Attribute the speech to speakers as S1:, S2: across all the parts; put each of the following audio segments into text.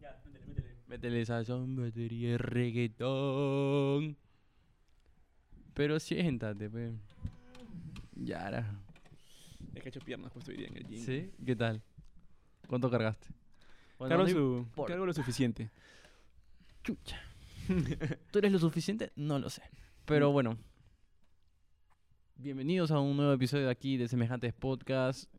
S1: Métele, métele. Métele sazón, batería, reggaetón. Pero siéntate, pe. Yara.
S2: Es que he hecho piernas justo hoy día en el gym.
S1: ¿Sí? ¿Qué tal? ¿Cuánto cargaste? Bueno,
S2: Cargo,
S1: no
S2: su-
S1: importa.
S2: cargo lo suficiente.
S1: Chucha. ¿Tú eres lo suficiente? No lo sé. Pero bueno. Bienvenidos a un nuevo episodio aquí de Semejantes Podcast.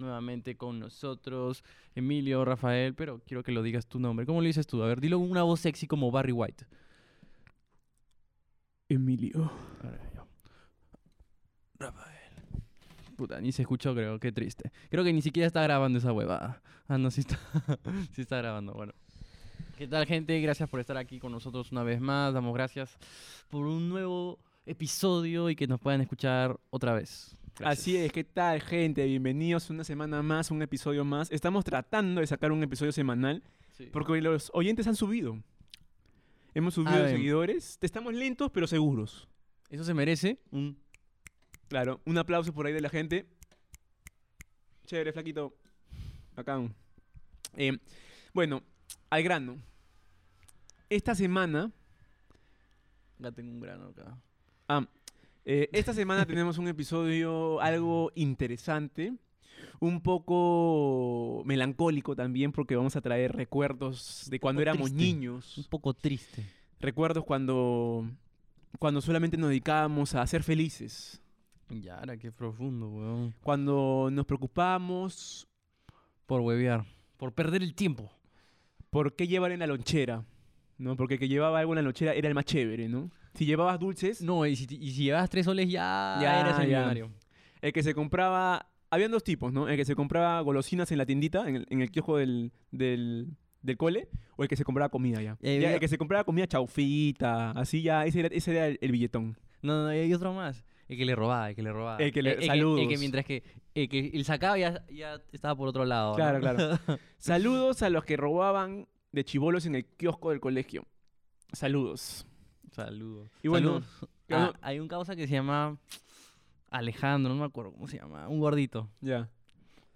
S1: Nuevamente con nosotros, Emilio, Rafael, pero quiero que lo digas tu nombre. ¿Cómo lo dices tú? A ver, dilo con una voz sexy como Barry White.
S2: Emilio.
S1: A ver, yo. Rafael. Puta, ni se escuchó, creo. Qué triste. Creo que ni siquiera está grabando esa huevada. Ah, no, sí está. sí está grabando, bueno. ¿Qué tal, gente? Gracias por estar aquí con nosotros una vez más. Damos gracias por un nuevo episodio y que nos puedan escuchar otra vez. Gracias.
S2: Así es, ¿qué tal, gente? Bienvenidos una semana más, un episodio más. Estamos tratando de sacar un episodio semanal
S1: Sí.
S2: porque los oyentes han subido.
S1: A
S2: Hemos subido de
S1: ver.
S2: seguidores. Estamos lentos, pero seguros.
S1: Eso se merece un...
S2: Claro, un aplauso por ahí de la gente. Chévere, flaquito. Acá. Eh, bueno, al grano. Esta semana
S1: Ya tengo un grano acá.
S2: Ah, eh, esta semana tenemos un episodio algo interesante, un poco melancólico también, porque vamos a traer recuerdos de cuando
S1: poco
S2: éramos
S1: triste. Un
S2: niños,
S1: poco triste.
S2: recuerdos cuando, cuando solamente nos dedicábamos a ser felices,
S1: Ya, ahora qué profundo, weón.
S2: cuando nos preocupábamos
S1: Por huevear. Por perder el tiempo.
S2: por qué llevar en la lonchera, ¿no? Porque el que llevaba algo en la lonchera era el más chévere, ¿no? Si llevabas dulces,
S1: No, y si, y si llevabas tres soles ya,
S2: Ya,
S1: eras el
S2: ya.
S1: millonario.
S2: El que se compraba. Habían dos tipos, ¿no? El que se compraba golosinas en la tiendita, en el, en el kiosco del, del, del cole, o el que se compraba comida ya.
S1: Eh,
S2: Ya,
S1: yo-
S2: el que se compraba comida chaufita, así ya, ese era, ese era el, el billetón.
S1: No, no, y hay otro más. El que le robaba, el que le robaba. Eh,
S2: El que le-
S1: el, Que, el que
S2: saludos.
S1: mientras que... El que él sacaba ya, ya estaba por otro lado. ¿no?
S2: Claro, claro. Saludos a los que robaban de chivolos en el kiosco del colegio. Saludos.
S1: Saludos.
S2: Y bueno,
S1: Saludos.
S2: claro,
S1: Ah, hay un causa que se llama... Alejandro, no me acuerdo cómo se llama. Un gordito.
S2: ya.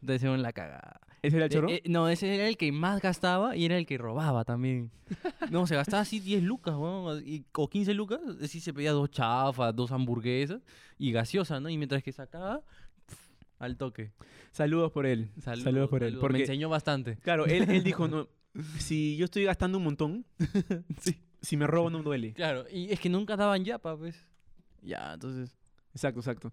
S1: Te hicieron la cagada.
S2: ¿Ese era el
S1: Eh,
S2: chorro?
S1: eh, no, ese era el que más gastaba y era el que robaba también. No, se gastaba así 10 lucas, weón, y- o 15 lucas. eh, Sí, se pedía dos chafas, dos hamburguesas y gaseosa, ¿no? Y mientras que sacaba, pf, al toque.
S2: Saludos por él. Saludos,
S1: Saludos,
S2: por él.
S1: saludos. Me
S2: Porque,
S1: enseñó bastante.
S2: claro, él, él dijo, no, si yo estoy gastando un montón, si me robo no me duele.
S1: Claro, y es que nunca daban yapa, pues. Ya, entonces.
S2: Exacto, exacto.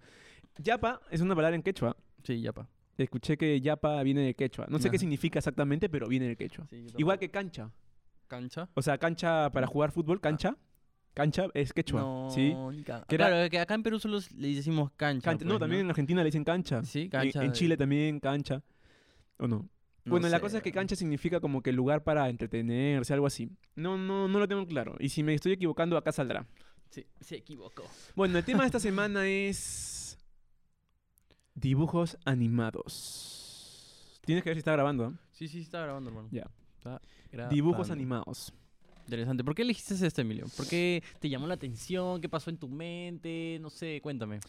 S2: Yapa es una palabra en quechua.
S1: Sí, yapa.
S2: Escuché que yapa viene de quechua. No sé qué
S1: Ajá.
S2: significa exactamente, pero viene de quechua. Igual que cancha.
S1: cancha.
S2: O sea, cancha para jugar fútbol, cancha. Cancha es quechua.
S1: No,
S2: ¿sí?
S1: ni caga-
S2: Que era-
S1: Claro, que acá en Perú solo le decimos cancha.
S2: Cancha-
S1: pues,
S2: No, también en Argentina le dicen cancha.
S1: Sí,
S2: En-
S1: cancha.
S2: En,
S1: de-
S2: Chile también cancha. ¿O no?
S1: no
S2: bueno, la
S1: sé,
S2: cosa es que
S1: weón.
S2: cancha significa como que lugar para entretenerse, algo así. No, no, no lo tengo claro. Y si me estoy equivocando, acá saldrá.
S1: Sí, se equivocó.
S2: Bueno, el tema de esta semana es. Dibujos animados. Tienes que ver si está grabando, ¿ah?
S1: Sí, sí, está grabando, hermano.
S2: Ya.
S1: Está grabando.
S2: Dibujos animados.
S1: Interesante. ¿Por qué elegiste este, Emilio? ¿Por qué te llamó la atención? ¿Qué pasó en tu mente? No sé, cuéntame.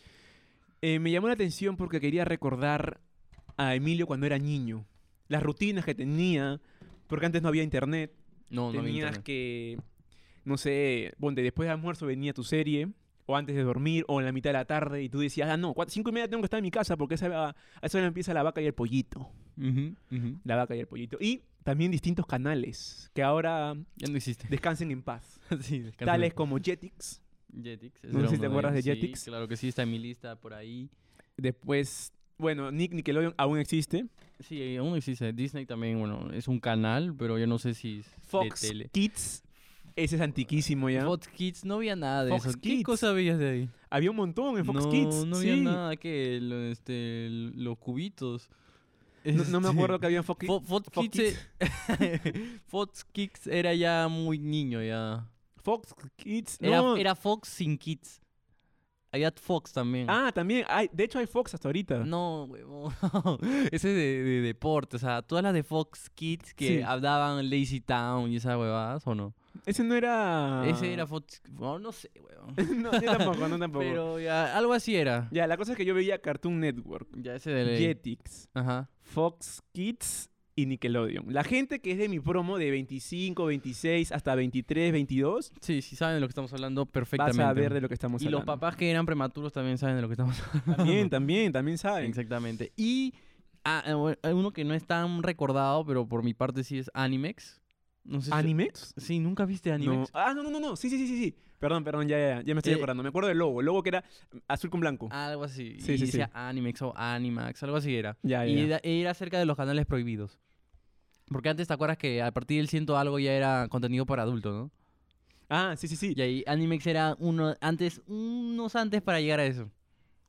S2: Eh, me llamó la atención porque quería recordar a Emilio cuando era niño. Las rutinas que tenía, porque antes no había internet.
S1: No, no
S2: Tenías
S1: me internet.
S2: que, no sé, ponte, después de almuerzo venía tu serie, o antes de dormir, o en la mitad de la tarde, y tú decías, ah, no, cuatro, cinco y media tengo que estar en mi casa porque a esa, a esa hora empieza la vaca y el pollito.
S1: Ujú, ujú.
S2: La vaca y el pollito. Y también distintos canales que ahora
S1: Ya no existe.
S2: descansen en paz.
S1: sí, descansa.
S2: Tales como Jetix,
S1: Jetix. ese
S2: No
S1: era
S2: sé si te
S1: uno de
S2: acuerdas
S1: ellos.
S2: de
S1: Sí,
S2: Jetix.
S1: claro que sí, está en mi lista por ahí.
S2: después, bueno, Nick Nickelodeon aún existe.
S1: Sí, aún existe. Disney también, bueno, es un canal, pero yo no sé si es
S2: Fox
S1: de tele.
S2: Kids. Ese es antiquísimo ya.
S1: Fox Kids, no había nada de
S2: Fox
S1: eso. ¿Qué
S2: Kids.
S1: cosa veías de ahí?
S2: Había un montón en Fox
S1: no,
S2: Kids.
S1: no
S2: sí.
S1: había nada que lo- este, los cubitos.
S2: No, no me
S1: Este-
S2: acuerdo que había en Fox Kids.
S1: Fo- Fox,
S2: Fox
S1: Kids, e- Fox Kids era ya muy niño ya.
S2: Fox Kids.
S1: Era,
S2: no.
S1: era Fox sin Kids. Había Fox también.
S2: Ah, también. Hay, de hecho, hay Fox hasta ahorita.
S1: No, huevón. Ese es de, de deporte. O sea, todas las de Fox Kids que
S2: Sí.
S1: hablaban Lazy Town y esas huevadas, ¿o no?
S2: Ese no era.
S1: Ese era Fox... No, no sé, huevón.
S2: no, yo tampoco, no tampoco.
S1: Ah. Pero ya, algo así era.
S2: Ya, la cosa es que yo veía Cartoon Network,
S1: Ya ese de...
S2: Jetix,
S1: Ajá.
S2: Fox Kids y Nickelodeon. La gente que es de mi promo de 25, 26 hasta 23, 22,
S1: Sí, sí, saben de lo que estamos hablando
S2: vas
S1: perfectamente.
S2: a ver de lo que estamos
S1: y
S2: hablando.
S1: los papás que eran prematuros también saben de lo que estamos hablando.
S2: También, también, también saben.
S1: Exactamente. Y ah, eh, bueno, hay uno que no es tan recordado, pero por mi parte sí es Animex. No sé si-
S2: ¿Animex?
S1: Sí, ¿nunca viste
S2: No.
S1: Animex?
S2: Ah, no, no, no, no. Sí, sí, sí, sí, sí. Perdón, perdón, ya, ya, ya me estoy
S1: Eh, Ah,
S2: acordando. Me acuerdo del logo. El logo que era azul con blanco.
S1: Algo así.
S2: Sí,
S1: y
S2: sí, sí.
S1: decía Animex o Animax, algo así era.
S2: ya, ya.
S1: Y
S2: ya.
S1: era, era acerca de los canales prohibidos. Porque antes te acuerdas que a partir del ciento algo ya era contenido para adultos, ¿no?
S2: Ah, sí, sí, sí.
S1: Y ahí Animex era uno antes, unos antes para llegar a eso.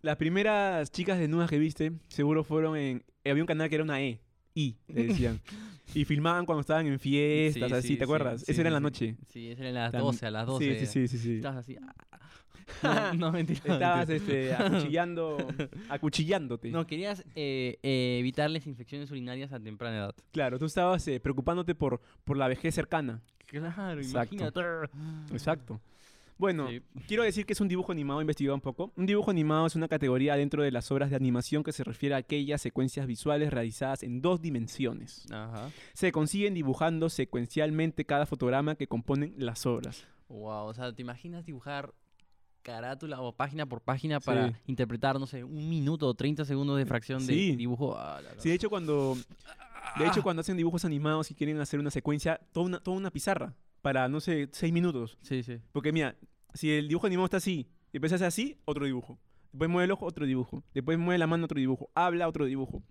S2: Las primeras chicas desnudas que viste, seguro fueron en. Había un canal que era una E. I, le decían. y filmaban cuando estaban en fiestas,
S1: Sí,
S2: así,
S1: sí,
S2: ¿te acuerdas?
S1: sí, sí,
S2: Esa era en
S1: sí,
S2: la
S1: sí.
S2: noche.
S1: Sí, eso era en las
S2: Tam-
S1: 12, a las 12.
S2: Sí, sí, sí, sí. sí.
S1: Estabas así. ah. No, no, mentira.
S2: Estabas
S1: mentira.
S2: este, acuchillando, acuchillándote.
S1: No, querías eh, eh, evitarles infecciones urinarias a temprana edad.
S2: Claro, tú estabas eh, preocupándote por, por la vejez cercana.
S1: Claro,
S2: Exacto.
S1: imagínate.
S2: Exacto. Bueno,
S1: Sí.
S2: quiero decir que es un dibujo animado investigado un poco. Un dibujo animado es una categoría dentro de las obras de animación que se refiere a aquellas secuencias visuales realizadas en dos dimensiones.
S1: Ajá.
S2: Se consiguen dibujando secuencialmente cada fotograma que componen las obras.
S1: Wow, o sea, ¿te imaginas dibujar carátula o página por página para
S2: Sí.
S1: interpretar, no sé, un minuto o 30 segundos de fracción
S2: Sí.
S1: de dibujo? Ah, la- la-
S2: Sí, de hecho cuando, de hecho cuando hacen dibujos animados y quieren hacer una secuencia, toda una, toda una pizarra para, no sé, seis minutos.
S1: sí, sí.
S2: Porque mira, si el dibujo animado está así, y empieza a hacer así, otro dibujo. Después mueve el ojo, otro dibujo. Después mueve la mano, otro dibujo. Habla, otro dibujo.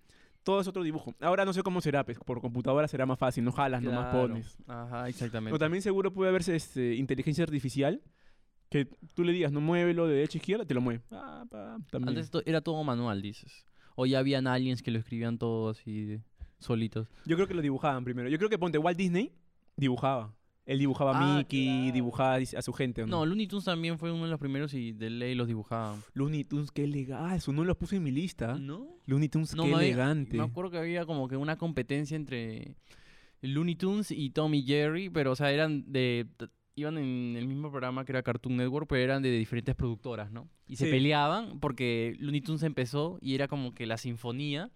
S2: Todo es otro dibujo. Ahora no sé cómo será, pues por computadora será más fácil, no jalas, Ah, nomás
S1: Claro.
S2: pones.
S1: Ajá, exactamente.
S2: O también seguro puede haberse este, inteligencia artificial que tú le digas, no muévelo de derecha a izquierda, te lo mueve. Ah, pa, también.
S1: Antes to- era todo manual, dices. O ya habían aliens que lo escribían todo así, de- solitos.
S2: Yo creo que lo dibujaban primero. Yo creo que ponte Walt Disney dibujaba. Él dibujaba a
S1: Ah,
S2: Mickey,
S1: claro.
S2: dibujaba a su gente. ¿o
S1: No,
S2: no?
S1: Looney Tunes también fue uno de los primeros y de ley los dibujaban.
S2: Looney Tunes, qué legal. Eso no lo puse en mi lista.
S1: ¿No?
S2: Looney Tunes,
S1: Mm. No,
S2: qué
S1: me había-
S2: elegante.
S1: Me acuerdo que había como que una competencia entre Looney Tunes y Tom y Jerry, pero o sea, eran de t- iban en el mismo programa que era Cartoon Network, pero eran de diferentes productoras, ¿no? Y se
S2: Sí.
S1: peleaban porque Looney Tunes empezó y era como que la sinfonía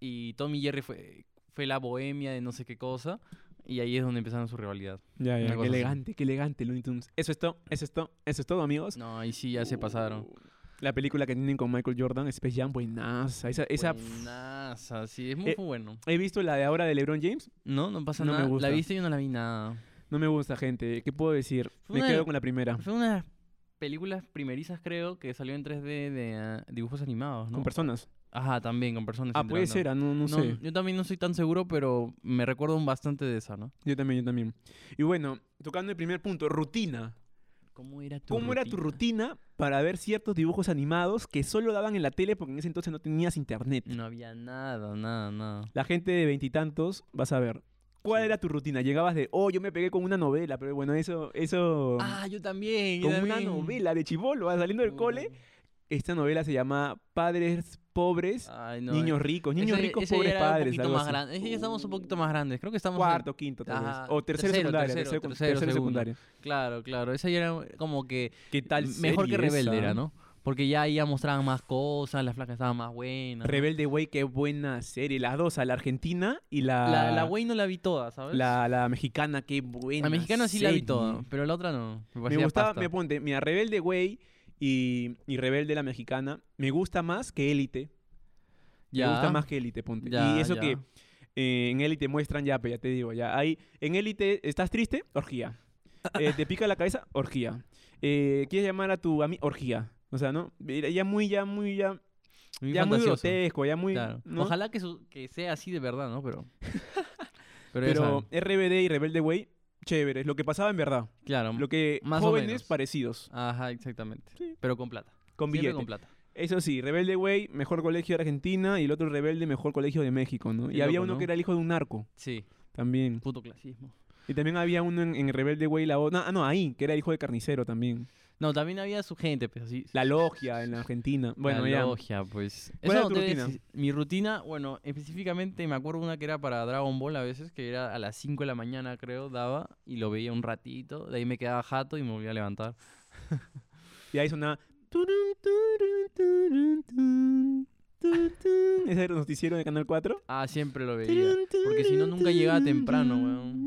S1: y Tom y Jerry fue fue la bohemia de no sé qué cosa y ahí es donde empezaron su rivalidad.
S2: Ya,
S1: Una
S2: ya,
S1: cosa
S2: qué
S1: así.
S2: elegante, qué elegante Looney Tunes. Eso es todo, eso es todo, eso es todo, amigos.
S1: No, ahí sí ya se pasaron.
S2: Uh, La película que tienen con Michael Jordan, Space Jam, buenaza. Esa, esa pf,
S1: Buenaza, sí, es muy
S2: Eh,
S1: muy bueno.
S2: he visto la de ahora de LeBron James.
S1: No, no pasa
S2: no me
S1: nada.
S2: gusta.
S1: La viste y yo no la vi nada.
S2: No me gusta, gente. ¿Qué puedo decir?
S1: Fue
S2: Me
S1: una-
S2: quedo con la primera.
S1: Fue una de las películas primerizas, creo, que salió en 3D de ah, dibujos animados, ¿no?
S2: Con personas.
S1: Ajá, también con personas.
S2: Ah, puede ser,
S1: entrando.
S2: ah, no, no sé.
S1: Yo también no soy tan seguro, pero me recuerdo bastante de esa, ¿no?
S2: Yo también, yo también. Y bueno, tocando el primer punto, rutina.
S1: ¿Cómo era tu
S2: ¿Cómo era tu rutina para ver ciertos dibujos animados que solo daban en la tele porque en ese entonces no tenías internet?
S1: No había nada, nada, nada.
S2: La gente de veintitantos, vas a ver. ¿Cuál
S1: Sí.
S2: era tu rutina? Llegabas de, oh, yo me pegué con una novela, pero bueno, eso, eso,
S1: Ah, yo también. yo
S2: con una
S1: también.
S2: novela de chivolo, ah, saliendo del cole. Esta novela se llama Padres Pobres,
S1: Ay, Ah, no, eh,
S2: Niños Ricos, Niños
S1: ese-
S2: Ricos,
S1: ese ya
S2: Pobres
S1: era
S2: Padres.
S1: Un poquito
S2: algo
S1: más
S2: así.
S1: grande. Ese ya estamos un poquito más grandes. Creo que estamos. en-
S2: Cuarto, quinto, tal vez.
S1: Ajá,
S2: O tercero,
S1: tercero,
S2: secundaria,
S1: tercero,
S2: tercero,
S1: tercero,
S2: tercero
S1: segundo.
S2: secundaria.
S1: Claro, claro. Esa ya era como que
S2: ¿Qué tal?
S1: mejor que
S2: serie
S1: Rebelde
S2: esa?
S1: era, ¿no? Porque ya ahí ya mostraban más cosas, las flacas estaban más buenas.
S2: Rebelde, güey, qué buena serie. Las dos, a la argentina y la...
S1: La, la güey no la vi toda, ¿sabes?
S2: Ah, La, la mexicana, qué buena.
S1: La mexicana sí la vi
S2: serie.
S1: toda, pero la otra no. Me,
S2: Me
S1: parecía
S2: gustaba,
S1: pasta.
S2: me ponte, mira, Rebelde Güey y, y Rebelde la mexicana, me gusta más que Élite.
S1: Ya.
S2: Me gusta más que Élite, ponte.
S1: Ya,
S2: y eso
S1: ya.
S2: que eh, en Élite muestran ya, pero ya te digo, ya. Ahí, en Élite, ¿estás triste? Orgía. Eh, ¿Te pica la cabeza? Orgía. Eh, ¿Quieres llamar a tu amigo? Orgía. O sea, ¿no? Era Ya muy, ya muy, ya...
S1: Muy
S2: ya muy
S1: fantasioso,
S2: grotesco, ya muy...
S1: claro.
S2: ¿no?
S1: Ojalá que, su- que sea así de verdad, ¿no? Pero. Pero, ya
S2: Pero
S1: saben.
S2: RBD y Rebelde Güey, chévere. Lo que pasaba en verdad.
S1: claro.
S2: Lo que
S1: Más o
S2: jóvenes
S1: menos.
S2: parecidos.
S1: Ajá, exactamente.
S2: Sí.
S1: Pero con plata.
S2: Con
S1: Siempre
S2: billete.
S1: con plata.
S2: Eso sí, Rebelde Güey, mejor colegio de Argentina y el otro Rebelde, mejor colegio de México, ¿no?
S1: Qué
S2: y había
S1: loco,
S2: uno
S1: ¿no?
S2: que era el hijo de un narco
S1: Sí,
S2: también.
S1: puto clasismo.
S2: Y también había uno en, en Rebelde Güey, la otra. Ah, no, ahí, que era el hijo de carnicero también.
S1: No, también había su gente, pero sí.
S2: La logia en la Argentina. Bueno,
S1: la
S2: ya.
S1: logia, pues.
S2: ¿Cuál era
S1: no
S2: tu
S1: debe
S2: rutina?
S1: exis- Mi rutina, bueno, específicamente me acuerdo una que era para Dragon Ball a veces, que era a las 5 de la mañana, creo, daba, y lo veía un ratito, de ahí me quedaba jato y me volvía a levantar.
S2: Y ahí sonaba. turun, turun, turun, turun, tun, tun. Ese era el noticiero de Canal 4.
S1: Ah, siempre lo veía. Porque si no, nunca llegaba temprano, weón.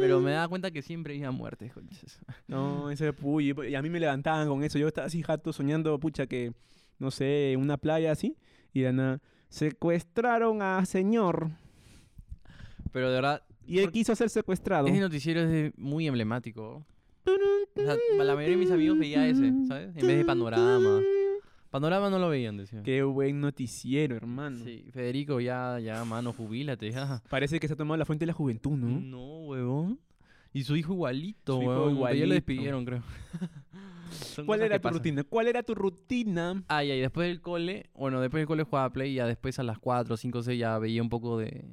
S1: Pero me daba cuenta que siempre iba a muerte, conchas. Mm.
S2: No, ese era puy. Y a mí me levantaban con eso. Yo estaba así jato soñando, pucha, que, no sé, una playa así. Y de nada, secuestraron a señor.
S1: Pero de verdad,
S2: Y él
S1: Por-
S2: quiso ser secuestrado.
S1: ese noticiero es de- muy emblemático. O sea, la mayoría de mis amigos veía ese, ¿sabes? En vez de Panorama. Panorama no lo veían, decía.
S2: Qué buen noticiero, hermano.
S1: Sí, Federico, ya, ya, mano, jubílate, ya.
S2: Parece que se ha tomado la fuente de la juventud, ¿no?
S1: No, huevón. Y su hijo igualito,
S2: Su hijo
S1: huevón. Pero Ya lo
S2: igualito.
S1: despidieron, creo. Son
S2: ¿Cuál
S1: cosas
S2: era
S1: que
S2: tu
S1: pasan.
S2: rutina? ¿Cuál era tu rutina?
S1: Ah, ya, y después del cole, bueno, después del cole jugaba Play y ya después a las 4, 5, 6 ya veía un poco de...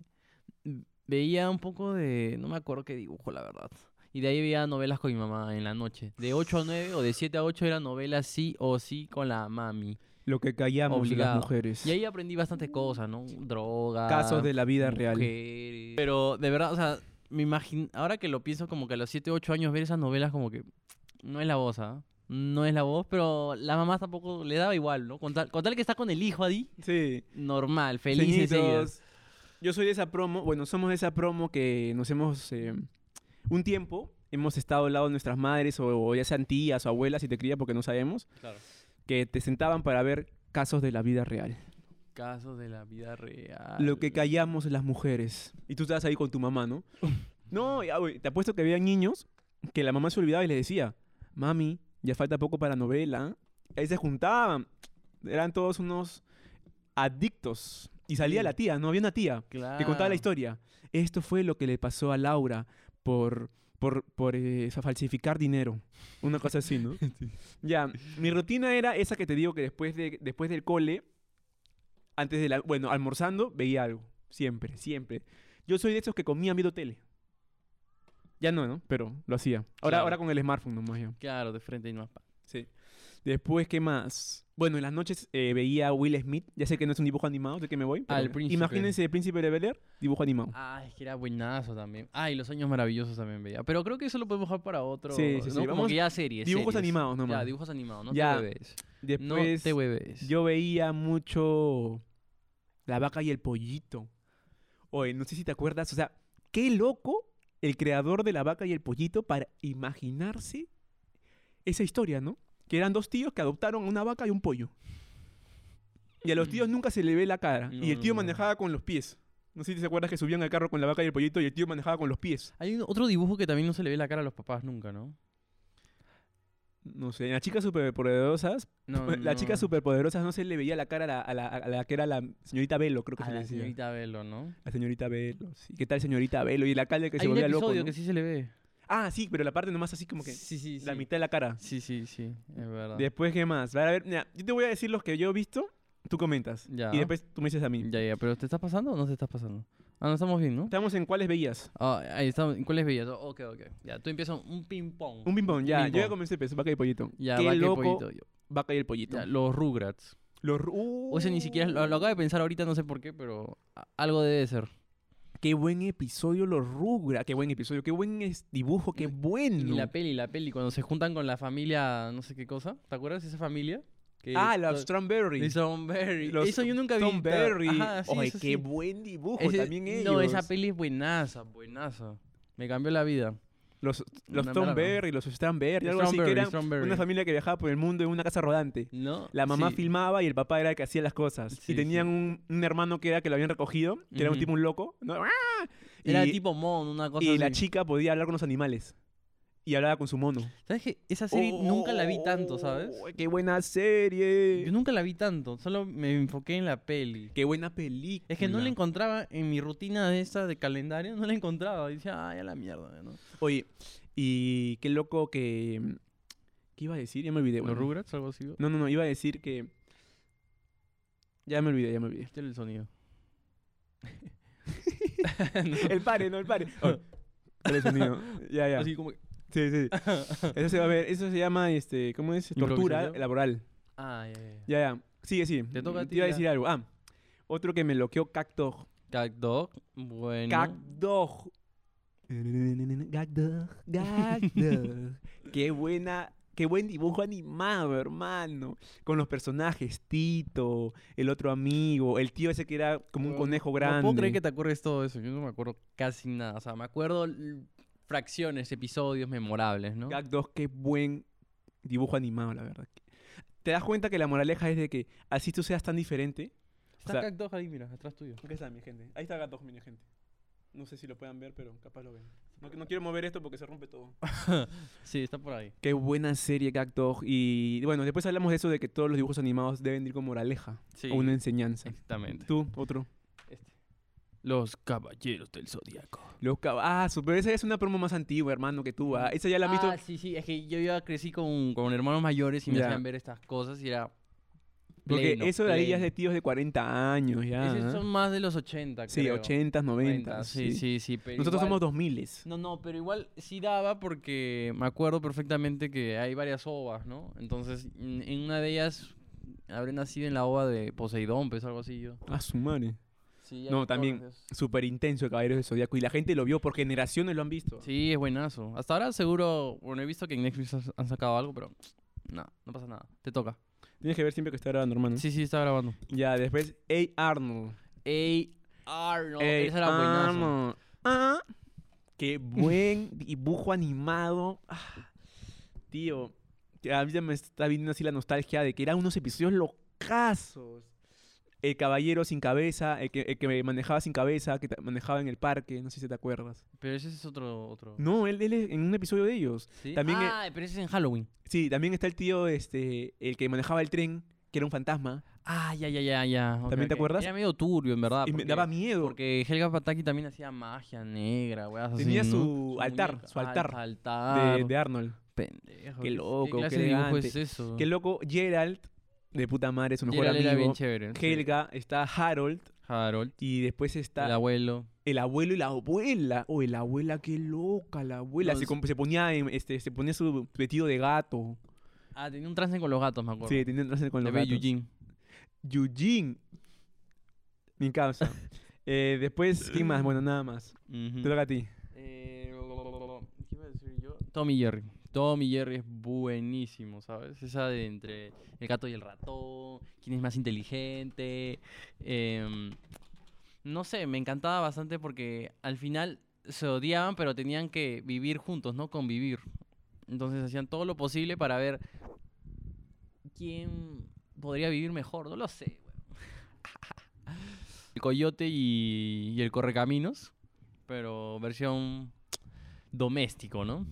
S1: Veía un poco de... No me acuerdo qué dibujo, la verdad. Y de ahí veía novelas con mi mamá en la noche. De 8 a 9 o de 7 a 8 era novela sí o sí con la mami.
S2: Lo que callamos
S1: Obligado.
S2: las mujeres.
S1: Y ahí ah, aprendí bastantes cosas, ¿no? Drogas.
S2: Casos de la vida real.
S1: mujeres. Pero de verdad, o sea, me imagino... Ahora que lo pienso como que a los 7, 8 años ver esas novelas como que... No es la voz, ¿ah? No es la voz, pero la mamá tampoco le daba igual, ¿no? Con tal, con tal que estás con el hijo, Adi.
S2: Sí.
S1: Normal, felices ellos.
S2: Señitos, Yo soy de esa promo, bueno, somos de esa promo que nos hemos, eh, un tiempo, hemos estado al lado de nuestras madres o, o ya sean tías o abuelas, si te cría porque no sabemos, que te sentaban para ver casos de la vida real.
S1: Casos de la vida real.
S2: Lo que callamos las mujeres. Y tú estabas ahí con tu mamá, ¿no? No, ya, güey, te apuesto que había niños que la mamá se olvidaba y le decía, mami, ya falta poco para novela. Ahí se juntaban. Eran todos unos adictos. Y salía
S1: Sí.
S2: la tía, ¿no? Había una tía que contaba
S1: Claro.
S2: la historia. Esto fue lo que le pasó a Laura por, por, por eh, fa- falsificar dinero. Una cosa así, ¿no? Ya, mi rutina era esa que te digo que después, de, después del cole, antes de la... Bueno, almorzando, veía algo. Siempre, siempre. Yo soy de esos que comía viendo tele. Ya no, ¿no? Pero lo hacía. Ahora,
S1: Claro.
S2: ahora con el smartphone nomás ya.
S1: Claro, de frente y no más. pa-
S2: Sí. Después, ¿qué más? Bueno, en las noches eh, veía a Will Smith. Ya sé que no es un dibujo animado, de que me voy.
S1: Al
S2: pero
S1: príncipe.
S2: Imagínense el príncipe de Bel Air, dibujo animado.
S1: Ah, es que era buenazo también. Ah, y los años maravillosos también veía. Pero creo que eso lo podemos dejar para otro.
S2: Sí, sí,
S1: ¿no?
S2: sí,
S1: Como
S2: vamos-
S1: que ya series.
S2: dibujos
S1: series.
S2: animados nomás.
S1: Ya, dibujos animados. No
S2: Ya,
S1: te bebes. No
S2: Después,
S1: te bebes.
S2: yo veía mucho La vaca y el pollito. Oye, no sé si te acuerdas, o sea, qué loco el creador de La vaca y el pollito para imaginarse esa historia, ¿no? Que eran dos tíos que adoptaron una vaca y un pollo. Y a los tíos nunca se le ve la cara. y el tío
S1: Mm. No.
S2: manejaba con los pies. No sé si te acuerdas que subían al carro con la vaca y el pollito y el tío manejaba con los pies.
S1: Hay un- otro dibujo que también no se le ve la cara a los papás nunca, ¿no?
S2: No sé, en las chicas superpoderosas,
S1: No,
S2: las
S1: no.
S2: chicas superpoderosas no se le veía la cara a la, a la- a la que era la señorita Velo, creo que
S1: A
S2: se le
S1: la
S2: decía.
S1: señorita Velo, ¿no?
S2: La señorita Velo, sí. ¿Qué tal señorita Velo? Y el alcalde que se
S1: Hay un
S2: volvía
S1: episodio
S2: loco, ¿no?
S1: que sí se le ve.
S2: Ah, sí, pero la parte nomás así como que
S1: sí, sí, Ah. sí.
S2: la mitad de la cara.
S1: Sí, sí, sí. Es verdad.
S2: Después, ¿qué más? Va A ver, mira, yo te voy a decir los que yo he visto, tú comentas.
S1: Ya.
S2: Y después tú me dices a mí.
S1: Ya, ya, pero ¿te estás pasando o no te estás pasando? Ah, no estamos bien, ¿no?
S2: Estamos en cuáles veías.
S1: Ah, ahí estamos. ¿Cuáles veías? Oh, Ok, ok. Ya, tú empiezas un ping-pong.
S2: Un ping-pong, ya.
S1: ping-pong.
S2: Yo ya comencé, pues, vaca y pollito.
S1: Ya,
S2: Qué
S1: va que
S2: loco,
S1: pollito yo.
S2: vaca y el pollito.
S1: Ya, los Rugrats.
S2: Los
S1: O
S2: Uh.
S1: sea, ni siquiera lo, lo acabo de pensar ahorita, no sé por qué, pero a- algo debe ser.
S2: Qué buen episodio, los Rugra. Qué buen episodio, qué buen es- dibujo, qué
S1: Y
S2: bueno.
S1: la peli, la peli, cuando se juntan con la familia, no sé qué cosa. ¿Te acuerdas de esa familia? Que
S2: ah,
S1: to-
S2: los Strawberry.
S1: los Strawberry.
S2: Los
S1: Eso yo nunca vi. pero-
S2: Strawberry.
S1: Ajá, sí,
S2: Oye,
S1: eso
S2: qué
S1: sí.
S2: buen dibujo
S1: Ese-
S2: también ellos.
S1: No, esa peli es buenaza, buenaza. Me cambió la vida.
S2: Los, los
S1: Una mierda.
S2: Tom Berry, los Stan Berry, algo así que
S1: Strawberry,
S2: eran
S1: Strawberry.
S2: una familia que viajaba por el mundo en una casa rodante.
S1: ¿No?
S2: La mamá
S1: Sí.
S2: filmaba y el papá era el que hacía las cosas.
S1: Sí,
S2: y tenían
S1: sí.
S2: un, un hermano que era que lo habían recogido, que era un
S1: Ujú.
S2: tipo un loco. ¿no? ¡Ah!
S1: Era
S2: y,
S1: tipo Mon, una cosa
S2: y la
S1: así.
S2: chica podía hablar con los animales. Y hablaba con su mono.
S1: ¿Sabes qué? Esa serie nunca la vi tanto, ¿sabes?
S2: Oh, ¡Qué buena serie!
S1: Yo nunca la vi tanto, solo me enfoqué en la peli.
S2: ¡Qué buena película!
S1: Es que no la encontraba en mi rutina de esta de calendario, no la encontraba. Y decía, ay, a la mierda, ¿no?
S2: Oye, y qué loco que... ¿Qué iba a decir? Ya me olvidé.
S1: ¿Los
S2: bueno.
S1: Rugrats algo así?
S2: No, no, no. Iba a decir que... Ya me olvidé, ya me olvidé.
S1: Escucha Este el sonido.
S2: El pare, no, el pare. Oh, ¿Cuál es el mío? Ya, ya.
S1: Así como que...
S2: Sí, sí. Eso se va a ver. Eso se llama, este, ¿cómo es? Tortura
S1: ¿Improvisación?
S2: laboral.
S1: Ah, ya, ya, ya.
S2: Ya, ya. Sigue, sigue.
S1: Te toca a ti
S2: iba a
S1: ya.
S2: decir algo. Ah, otro que me bloqueó, Cactog.
S1: Cat Dog, bueno.
S2: Cactog. Cactog, Cactog. Qué buena, qué buen dibujo animado, hermano. Con los personajes, Tito, el otro amigo, el tío ese que era como un
S1: Weón,
S2: conejo grande.
S1: No puedo creer que te acuerdes todo eso. Yo no me acuerdo casi nada. O sea, me acuerdo l- fracciones, episodios memorables, ¿no?
S2: Gag 2, qué buen dibujo animado, la verdad. Te das cuenta que la moraleja es de que así tú seas tan diferente.
S1: Está
S2: o sea-
S1: Gag 2 ahí, mira, atrás tuyo.
S2: Acá está, mi gente. Ahí está Gag 2, mi gente. No sé si lo puedan ver, pero capaz lo ven. No, no quiero mover esto porque se rompe todo.
S1: Sí, está por ahí.
S2: Qué buena serie Gag Dog. Y bueno, después hablamos de eso de que todos los dibujos animados deben ir con moraleja
S1: Sí.
S2: o una enseñanza.
S1: Exactamente.
S2: Tú, otro.
S1: Los caballeros del zodiaco.
S2: Los cabazos. Pero esa es una promo más antigua, hermano, que tú. ah. Esa ya la has visto.
S1: Ah, sí, sí, es que yo ya crecí con, con hermanos mayores y me
S2: Ya.
S1: hacían ver estas cosas y era.
S2: Porque
S1: pleno,
S2: eso de ahí ya es
S1: pleno.
S2: de tíos de 40 años, ya.
S1: Esos
S2: ¿ah?
S1: son más de los 80,
S2: sí,
S1: creo.
S2: 80, 90.
S1: sí, sí, sí. pero
S2: Nosotros
S1: igual-
S2: somos 2000.
S1: No, no, pero igual sí daba porque me acuerdo perfectamente que hay varias ovas, ¿no? Entonces, en en una de ellas habré nacido en la ova de Poseidón, pues algo así yo.
S2: Ah, su madre.
S1: Sí, ya
S2: No,
S1: me acuerdo
S2: también.
S1: de eso.
S2: Súper intenso el Caballero del Zodíaco. Y la gente lo vio por generaciones lo han visto.
S1: Sí, es buenazo. Hasta ahora seguro, bueno, he visto que en Netflix has- han sacado algo, pero no, no pasa nada. Te toca.
S2: Tienes que ver siempre que está grabando, hermano.
S1: Sí, sí, está grabando.
S2: Ya, después A. Arnold.
S1: Ey, Arnold.
S2: Ey,
S1: esa era buenazo.
S2: Arnold. Ah, qué buen dibujo animado. Ah, tío, que a mí ya me está viniendo así la nostalgia de que eran unos episodios locazos. El caballero sin cabeza, el que, el que manejaba sin cabeza, que ta- manejaba en el parque, no sé si te acuerdas.
S1: Pero ese es otro... otro.
S2: No, él, él es en un episodio de ellos.
S1: ¿Sí?
S2: también, eh,
S1: ah, pero ese es en Halloween.
S2: Sí, también está el tío, este, el que manejaba el tren, que era un fantasma.
S1: Ah, ya, ya, ya, ya. ok,
S2: ¿También te
S1: ok.
S2: acuerdas?
S1: Era medio turbio, en verdad. Ah,
S2: y me
S1: porque-
S2: daba miedo.
S1: Porque Helga Pataki también hacía magia negra, weas así,
S2: Tenía
S1: ¿no?
S2: su altar,
S1: muñeca.
S2: su altar
S1: Ah, el
S2: de,
S1: altar.
S2: de Arnold.
S1: Pendejo.
S2: Qué loco,
S1: clase
S2: qué
S1: de dibujo
S2: elegante.
S1: es eso?
S2: Que loco, Gerald, de puta madre, su mejor
S1: Gerald era bien
S2: amigo.
S1: chévere. sí.
S2: Helga, está Harold
S1: Harold.
S2: y después está
S1: El
S2: el,
S1: abuelo.
S2: abuelo y la abuela. Oh, la abuela, qué loca, la abuela.
S1: No,
S2: se,
S1: es-
S2: com- se ponía en- este, se ponía su vestido de gato.
S1: Ah, tenía un trance con los gatos, me acuerdo.
S2: Sí, tenía que hacer con
S1: Le
S2: los
S1: ve
S2: gatos.
S1: Eugene.
S2: Eugene. Mi causa. Eh, después, ¿quién más? Bueno, nada más. Te
S1: Ujú.
S2: toca a ti.
S1: Eh, ¿Qué iba a decir yo? Tommy Jerry. Tommy Jerry es buenísimo, ¿sabes? Esa de entre el gato y el ratón, quién es más inteligente. em, no sé, me encantaba bastante porque al final se odiaban, pero tenían que vivir juntos, ¿no? Convivir. Entonces hacían todo lo posible para ver quién podría vivir mejor. No lo sé, weón. El coyote y, y el correcaminos pero versión doméstico, ¿no?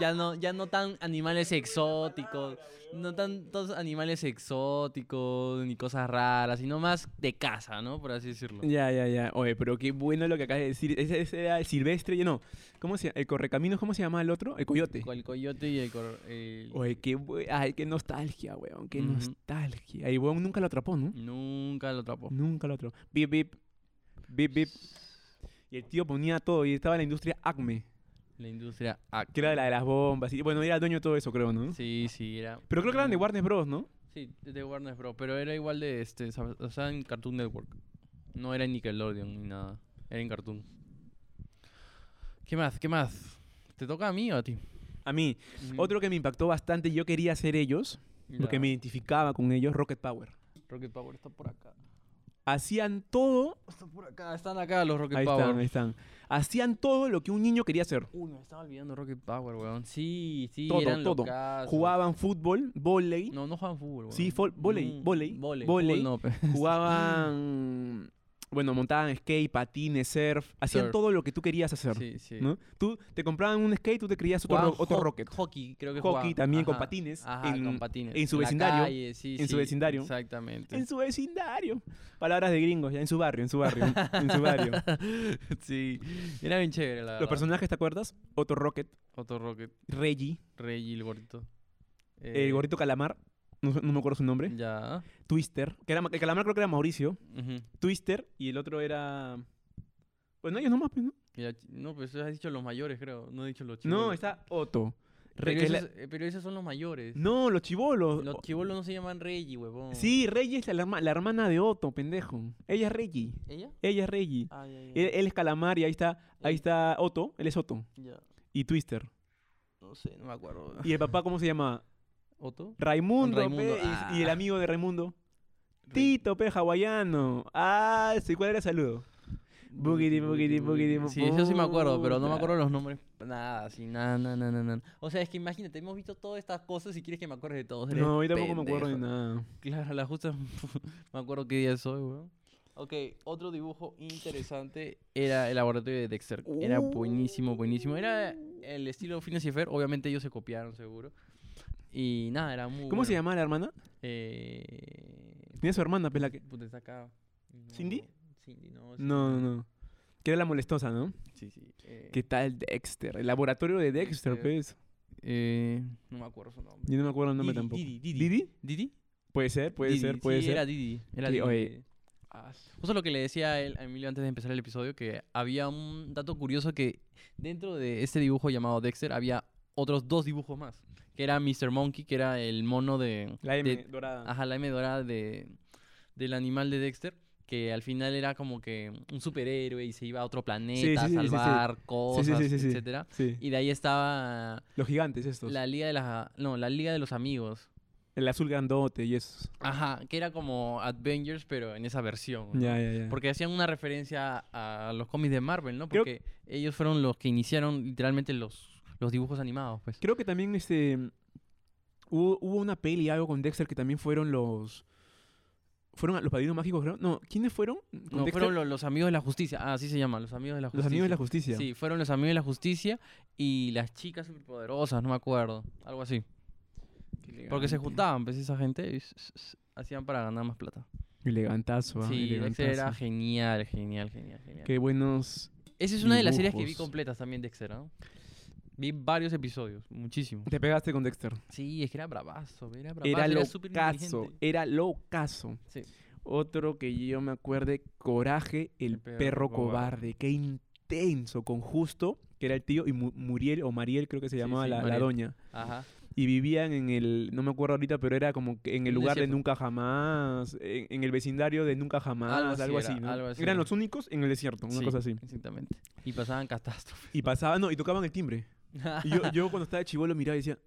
S1: Ya no, ya no tan animales exóticos, no tantos animales exóticos ni cosas raras, sino más de casa, ¿no? Por así decirlo.
S2: Ya, ya, ya. Oye, pero qué bueno lo que acabas de decir. Ese, ese era el silvestre. y- No, ¿cómo se llama? El correcaminos, ¿cómo se llama el otro? El coyote.
S1: Con el coyote y el... cor- el-
S2: Oye, qué, bu- ay, qué nostalgia, weón. Qué
S1: Ujú.
S2: nostalgia. Ay, weón nunca lo atrapó, ¿no?
S1: Nunca lo atrapó.
S2: Nunca lo atrapó. Bip, bip. Bip, bip. Y el tío ponía todo. Y estaba en la industria Acme,
S1: La industria... ac-
S2: que era la de las bombas. Y bueno, era dueño de todo eso, creo, ¿no?
S1: Sí, sí, era...
S2: Pero creo que eran de Warner Bros, ¿no?
S1: Sí, de Warner Bros. Pero era igual de este... sab- O sea, en Cartoon Network. No era en Nickelodeon ni nada. Era en Cartoon. ¿Qué más? ¿Qué más? ¿Te toca a mí o a ti?
S2: A mí.
S1: Ujú.
S2: Otro que me impactó bastante, yo quería ser ellos, porque
S1: Ya.
S2: me identificaba con ellos, Rocket Power.
S1: Rocket Power está por acá.
S2: Hacían todo
S1: Está por acá. Están acá los Rocket
S2: Ahí
S1: Power.
S2: están, ahí están. Hacían todo lo que un niño quería hacer.
S1: Uy, me estaba olvidando Rocket Power, weón. Sí, sí,
S2: Todo,
S1: eran
S2: todo.
S1: locazos.
S2: Jugaban fútbol, volei,
S1: No, no jugaban fútbol, weón.
S2: Sí, fol- voley,
S1: Mm,
S2: voley,
S1: Voley.
S2: voley.
S1: fútbol no, pe.
S2: jugaban, bueno, montaban skate, patines, surf, hacían
S1: Surf.
S2: todo lo que tú querías hacer.
S1: Sí, sí.
S2: ¿no? Tú te compraban un skate, tú te creías otro,
S1: Jugaban
S2: ro- otro
S1: ho-
S2: rocket.
S1: Hockey, creo que
S2: Hockey
S1: jugaban.
S2: también con patines
S1: Ajá,
S2: en-
S1: con patines.
S2: en su
S1: la
S2: vecindario,
S1: calle, sí,
S2: en
S1: sí,
S2: su vecindario.
S1: Exactamente.
S2: En su vecindario. Palabras de gringos, ya en su barrio, en su barrio, en su barrio.
S1: sí. Era bien chévere, la
S2: Los
S1: verdad.
S2: personajes, ¿te acuerdas? Otro Rocket,
S1: Otro Rocket,
S2: Reggie,
S1: Reggie, el gordito.
S2: el ¿eh?
S1: Eh,
S2: gorrito calamar, no, sé- no me acuerdo su nombre,
S1: Ya.
S2: Twister, que era, ma- el calamar creo que era Mauricio,
S1: Ujú.
S2: Twister y el otro era. Bueno, ellos nomás, pues, ¿no?
S1: Ya, No, pues has dicho los mayores, creo. No he dicho los chicos.
S2: No, está Otto. Re-
S1: Pero
S2: que es la-
S1: esos, eh, pero esos son los mayores.
S2: No, los chivolos.
S1: Los chibolos no se llaman Reggie, huevón.
S2: Sí, Reggie es la, herma- la hermana de Otto, pendejo. Ella es Reggie.
S1: ¿Ella?
S2: Ella es Reggie.
S1: Ah,
S2: Eh,
S1: ya, ya.
S2: Él, él es Calamar y ahí está, ahí
S1: Él.
S2: está Otto, él es Otto.
S1: ya.
S2: Y Twister.
S1: No sé, no me acuerdo.
S2: ¿Y el papá cómo se llama?
S1: ¿Otto?
S2: Raimundo, pe,
S1: Raimundo,
S2: y-
S1: ah.
S2: Y, el amigo de Raimundo. Tito, pe, hawaiano. Ah, sí, ¿cuál era el saludo? Bugidi, bugidi, bugidi, bu-
S1: Sí, yo sí me acuerdo, pero no me
S2: puta.
S1: acuerdo los nombres. Nada, sí, nada, nada, nada, nada. O sea, es que imagínate, hemos visto todas estas cosas y quieres que me acuerde de todos. eres
S2: No, yo tampoco me acuerdo de
S1: pendejo.
S2: nada.
S1: Claro, la justa me acuerdo qué día soy, weón. Ok, otro dibujo interesante era el laboratorio de Dexter. Era
S2: Uh.
S1: buenísimo, buenísimo. Era el estilo Phineas y Fer. Obviamente ellos se copiaron, seguro. Y nada, era muy
S2: ¿Cómo se
S1: bueno.
S2: llamaba la hermana?
S1: Eh...
S2: Tenía su hermana, pe, la que...
S1: Puta, está acá. No,
S2: ¿Cindy?
S1: Cindy, no. sí,
S2: No, no, no. Que era la molestosa, ¿no?
S1: Sí, sí. eh,
S2: ¿Qué tal Dexter? El laboratorio de Dexter,
S1: Dexter.
S2: pues.
S1: eh, no me acuerdo su nombre.
S2: Yo no me acuerdo el nombre
S1: Didi,
S2: tampoco.
S1: Didi, Didi.
S2: ¿Didi?
S1: ¿Didi?
S2: Puede ser, puede
S1: Didi,
S2: ser, puede
S1: sí,
S2: ser.
S1: Era Didi. Era
S2: Que,
S1: Didi. Ah,
S2: oye,
S1: Justo lo que le decía a él- a Emilio antes de empezar el episodio, que había un dato curioso que dentro de este dibujo llamado Dexter había otros dos dibujos más. Que era Mr. Monkey, que era el mono de...
S2: La M
S1: de-
S2: dorada.
S1: ajá, la M dorada de, del animal de Dexter. Que al final era como que un superhéroe y se iba a otro planeta
S2: sí, sí, sí, sí.
S1: a salvar
S2: Sí,
S1: cosas,
S2: sí, sí, sí, sí.
S1: etcétera.
S2: Sí.
S1: Y de ahí estaba
S2: Los gigantes estos.
S1: la Liga de las... No, la Liga de los Amigos.
S2: El azul grandote y eso.
S1: Ajá, que era como Avengers, pero en esa versión. ¿no?
S2: Ya, ya, ya.
S1: Porque hacían una referencia a los cómics de Marvel, ¿no?
S2: Creo-
S1: Porque ellos fueron los que iniciaron literalmente los, los dibujos animados, pues.
S2: Creo que también este hubo, hubo una peli algo con Dexter que también fueron los fueron a- los padrinos mágicos, creo. No, ¿quiénes fueron? Con
S1: No,
S2: Dexter,
S1: fueron lo- los amigos de la justicia. Ah, así se llama, los amigos de la
S2: los
S1: justicia.
S2: amigos de la justicia.
S1: Sí, fueron los amigos de la justicia y las chicas superpoderosas, no me acuerdo. Algo así. Porque se
S2: elegante.
S1: juntaban, pues, esa gente y s- s- s- hacían para ganar más plata.
S2: Elegantazo, ah,
S1: sí, Dexter era
S2: elegantazo.
S1: genial, genial, genial, genial.
S2: Qué buenos.
S1: Esa es una de las series que vi
S2: dibujos.
S1: completas también, Dexter, ¿no? Vi varios episodios, muchísimo.
S2: Te pegaste con Dexter.
S1: Sí, es que era bravazo, era bravazo.
S2: Era
S1: súper
S2: locazo,
S1: inteligente.
S2: era locazo.
S1: Sí.
S2: Otro que yo me acuerde, Coraje, el, perro, cobarde. Qué intenso, con Justo, que era el tío, y Mu- Muriel o Mariel creo que se
S1: Sí,
S2: llamaba
S1: sí,
S2: la- la
S1: Mariel.
S2: doña.
S1: Ajá.
S2: y vivían en el, no me acuerdo ahorita, pero era como que en el
S1: Un
S2: lugar de
S1: desierto.
S2: Nunca Jamás, en, en el vecindario de Nunca Jamás, algo
S1: así
S2: así,
S1: era,
S2: ¿no?
S1: algo así
S2: Eran
S1: era.
S2: los únicos en el desierto, una
S1: Sí,
S2: cosa así.
S1: Exactamente. Y pasaban catástrofes.
S2: Y pasaban, no, y tocaban el timbre. Y yo, yo cuando estaba chivolo miraba y decía,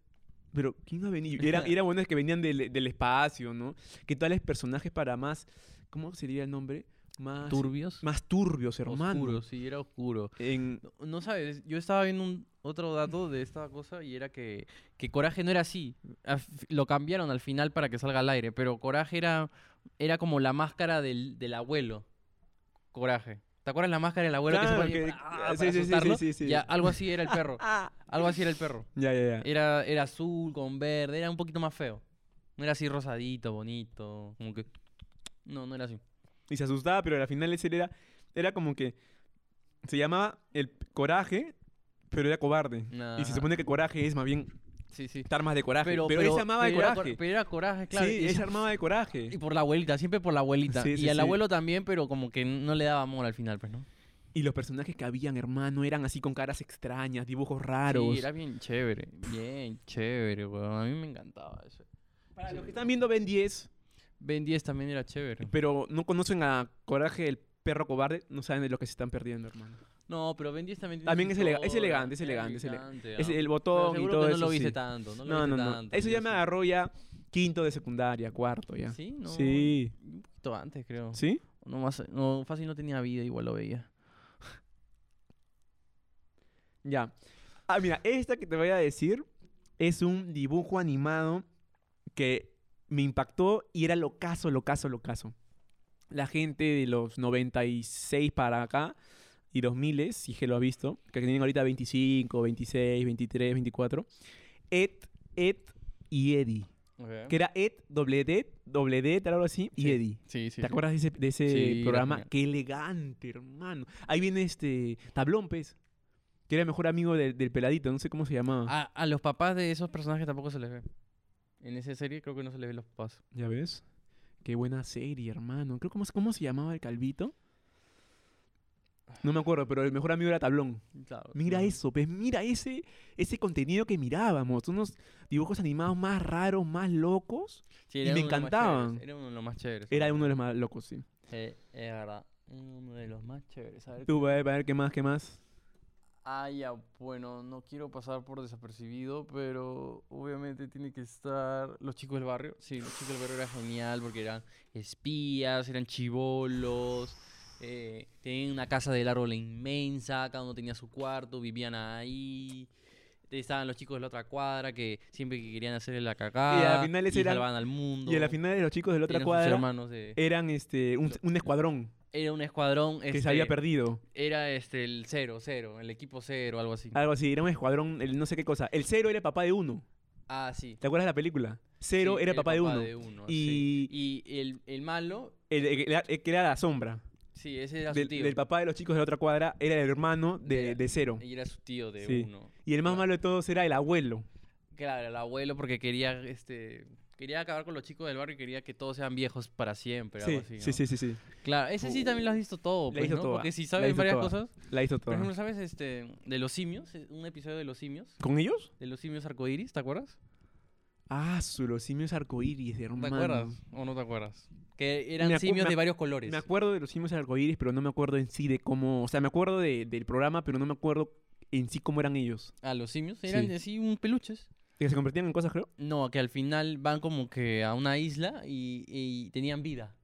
S2: pero ¿quién ha venido? Y era, y era bueno es que venían del, del espacio, ¿no? Que tales personajes para más, ¿cómo sería el nombre? Más,
S1: Turbios.
S2: más turbios, hermano.
S1: Oscuro, sí, era oscuro.
S2: En,
S1: No, no sabes, yo estaba viendo un otro dato de esta cosa y era que, que Coraje no era así. Al fi- Lo cambiaron al final para que salga al aire, pero Coraje era, era como la máscara del, del abuelo. Coraje. ¿Te acuerdas la máscara del abuelo
S2: Claro,
S1: que se
S2: que-
S1: ponía ah,
S2: sí,
S1: para
S2: sí, sí, sí,
S1: asustarlo?
S2: sí, sí.
S1: Ya, algo así era el perro.
S2: Ah,
S1: Algo así era el perro.
S2: ya, ya, ya.
S1: Era, era azul con verde, era un poquito más feo. No era así rosadito, bonito, como que... No, no era así.
S2: Y se asustaba, pero al final ese era, era como que se llamaba el p- coraje, pero era cobarde. Y se
S1: Ajá.
S2: supone que coraje es más bien
S1: Sí, sí.
S2: estar más de coraje. Pero, él se amaba de
S1: pero era
S2: coraje.
S1: cor- Pero era coraje, claro.
S2: sí,
S1: y,
S2: él se
S1: decía-
S2: armaba de
S1: y
S2: coraje.
S1: por la abuelita, siempre por la abuelita.
S2: Sí,
S1: y
S2: sí,
S1: al
S2: sí.
S1: abuelo también, pero como que no le daba amor al final, pues, ¿no?
S2: Y los personajes que habían, hermano, eran así con caras extrañas, dibujos raros.
S1: Sí, era bien chévere. Bien chévere, weón. A mí me encantaba eso.
S2: Para los que están viendo Ben 10,
S1: Ben 10 también era chévere.
S2: pero no conocen a Coraje, el perro cobarde, no saben de lo que se están perdiendo, hermano.
S1: No, pero Ben 10 también... tiene
S2: También
S1: su
S2: es elega- es
S1: historia,
S2: elegante, es
S1: era
S2: elegante, es ele-
S1: elegante,
S2: Es
S1: ¿no?
S2: el
S1: Pero
S2: botón y
S1: seguro
S2: todo
S1: que
S2: eso.
S1: no lo viste
S2: sí.
S1: tanto, no lo
S2: no,
S1: viste
S2: no, no.
S1: tanto,
S2: Eso
S1: yo
S2: ya me
S1: sí.
S2: agarró ya quinto de secundaria, cuarto ya.
S1: Sí, no.
S2: Sí.
S1: Un poquito antes, creo.
S2: ¿Sí?
S1: No, más, no, fácil no tenía vida, igual lo veía.
S2: Ya. Ah, mira, esta que te voy a decir es un dibujo animado que me impactó y era locazo, locazo, locazo. La gente de los 96 para acá y 2000, si es que lo ha visto, que tienen ahorita 25, 26, 23, 24. Ed, Ed y Eddie. Que era Ed, doble D, doble D, tal, algo así, y
S1: Sí.
S2: Eddie.
S1: Sí, sí.
S2: ¿Te acuerdas de ese, de ese
S1: Sí, era
S2: programa?
S1: genial.
S2: Qué elegante, hermano. Ahí viene este Tablón, pues, que era el mejor amigo del, del peladito, no sé cómo se llamaba.
S1: A, a los papás de esos personajes tampoco se les ve. En esa serie creo que no se les ve los papás.
S2: ¿Ya ves? Qué buena serie, hermano. Creo cómo, cómo se llamaba el calvito. No me acuerdo, pero el mejor amigo era Tablón.
S1: Claro,
S2: Mira
S1: claro.
S2: eso, pues mira ese, ese contenido que mirábamos. Unos dibujos animados más raros, más locos.
S1: Sí,
S2: y
S1: era
S2: me
S1: uno de los más chéveres,
S2: encantaban.
S1: Era uno de los más chéveres. Eh,
S2: Era uno de los más locos, sí.
S1: Sí, es verdad. Uno de los más chéveres. A ver,
S2: Tú, a ver, a ver, ¿qué más, qué más?
S1: Ah, ya, bueno, no quiero pasar por desapercibido, pero obviamente tiene que estar los chicos del barrio. Sí, los chicos del barrio era genial porque eran espías, eran chivolos, eh, tenían una casa del árbol inmensa, cada uno tenía su cuarto, vivían ahí. Estaban los chicos de la otra cuadra que siempre que querían hacerle la cagada
S2: finales
S1: y
S2: eran-
S1: salvaban al mundo.
S2: Y a la final de los chicos de la otra
S1: eran sus
S2: cuadra
S1: hermanos de-
S2: eran este un, un escuadrón
S1: Era un escuadrón.
S2: que se había
S1: este,
S2: perdido.
S1: Era este, el cero, cero, el equipo cero, algo así.
S2: Algo así, era un escuadrón, el no sé qué cosa. El cero era el papá de uno.
S1: Ah, sí.
S2: ¿Te acuerdas de la película? Cero
S1: Sí,
S2: era
S1: el
S2: papá, de uno.
S1: sí.
S2: Y-
S1: Y el, el malo,
S2: El, el- el- el que era la sombra.
S1: sí, ese era
S2: Del,
S1: su tío.
S2: del papá de los chicos de la otra cuadra era el hermano de,
S1: Era-
S2: de cero.
S1: Y era su tío de
S2: Sí.
S1: uno.
S2: Y el más
S1: claro.
S2: malo de todos era el abuelo.
S1: Claro, el abuelo porque quería, este... Quería acabar con los chicos del barrio y quería que todos sean viejos para siempre,
S2: sí,
S1: algo así,
S2: sí,
S1: ¿no?
S2: sí, sí, sí.
S1: Claro, ese sí también lo has visto todo,
S2: La
S1: pues,
S2: hizo
S1: ¿no?
S2: toda,
S1: Porque si
S2: la
S1: sabes
S2: hizo
S1: varias
S2: toda.
S1: cosas...
S2: La hizo
S1: Por
S2: toda.
S1: ejemplo, ¿sabes este de los simios? Eh, Un episodio de los simios,
S2: ¿Con ellos?
S1: de los simios arcoíris, ¿te acuerdas?
S2: Ah, su, los simios arcoíris, hermano.
S1: ¿Te acuerdas o no te acuerdas? Que
S2: Me
S1: eran
S2: acu-
S1: simios
S2: me
S1: de
S2: ac-
S1: varios colores.
S2: Me acuerdo de los simios arcoíris, pero no me acuerdo en sí de cómo... O sea, me acuerdo de- del programa, pero no me acuerdo en sí cómo eran ellos.
S1: Ah, los simios eran
S2: Sí.
S1: así un peluches.
S2: Que se convertían en cosas, creo.
S1: No, que al final van como que a una isla y, y tenían vida.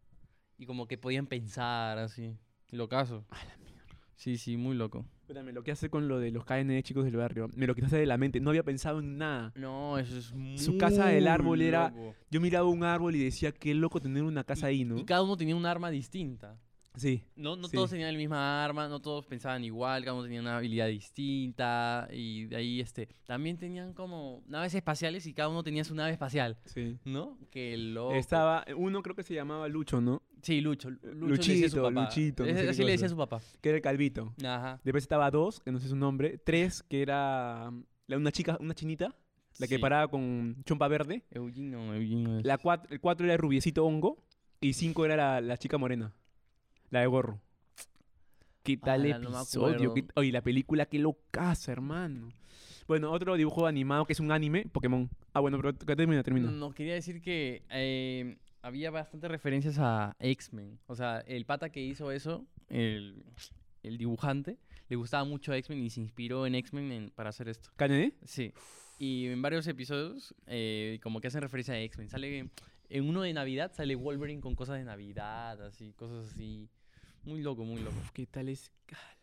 S1: Y como que podían pensar así. Locazo. Sí, sí, muy loco.
S2: Espérame, lo que hace con lo de los KN chicos del barrio, me lo quitaste de la mente, no había pensado en nada.
S1: No, eso es muy
S2: Su casa del árbol era-
S1: loco.
S2: Yo miraba un árbol y decía, qué loco tener una casa ahí, ¿no?
S1: Y cada uno tenía un arma distinta.
S2: Sí.
S1: No, no
S2: Sí.
S1: todos tenían la misma arma, no todos pensaban igual, cada uno tenía una habilidad distinta. Y de ahí, este, también tenían como naves espaciales y cada uno tenía su nave espacial,
S2: Sí.
S1: ¿no? Que loco.
S2: Oh, Estaba, uno creo que se llamaba Lucho, ¿no?
S1: Sí, Lucho. Lucho le decía su
S2: Luchito,
S1: papá.
S2: Luchito, no
S1: Ese-
S2: sé qué
S1: así le decía
S2: cosa.
S1: su papá.
S2: Que era el calvito.
S1: Ajá.
S2: Después estaba dos, que no sé su nombre. Tres, que era mm, la- una chica, una chinita, la que
S1: Sí.
S2: paraba con chompa verde.
S1: Eugino, Eugino. es-
S2: La cuatro, el cuatro era el rubiecito hongo. Y cinco era la, la chica morena, la de gorro. ¿Qué tal
S1: Ala, Ah, no me
S2: episodio?
S1: acuerdo.
S2: ¿Qué- Oye, la película, qué locaza, hermano. Bueno, otro dibujo animado que es un anime, Pokémon. Ah, bueno, pero t- termina, termina.
S1: No, quería decir que eh, había bastantes referencias a X-Men. O sea, el pata que hizo eso, el, el dibujante, le gustaba mucho X-Men y se inspiró en X-Men en- para hacer esto.
S2: ¿Cañoné?
S1: Sí. Y en varios episodios, eh, como que hacen referencia a X-Men. Sale en uno de Navidad, sale Wolverine con cosas de Navidad, así, cosas así. Muy loco, muy loco.
S2: Uf, ¿Qué tal es? Ala.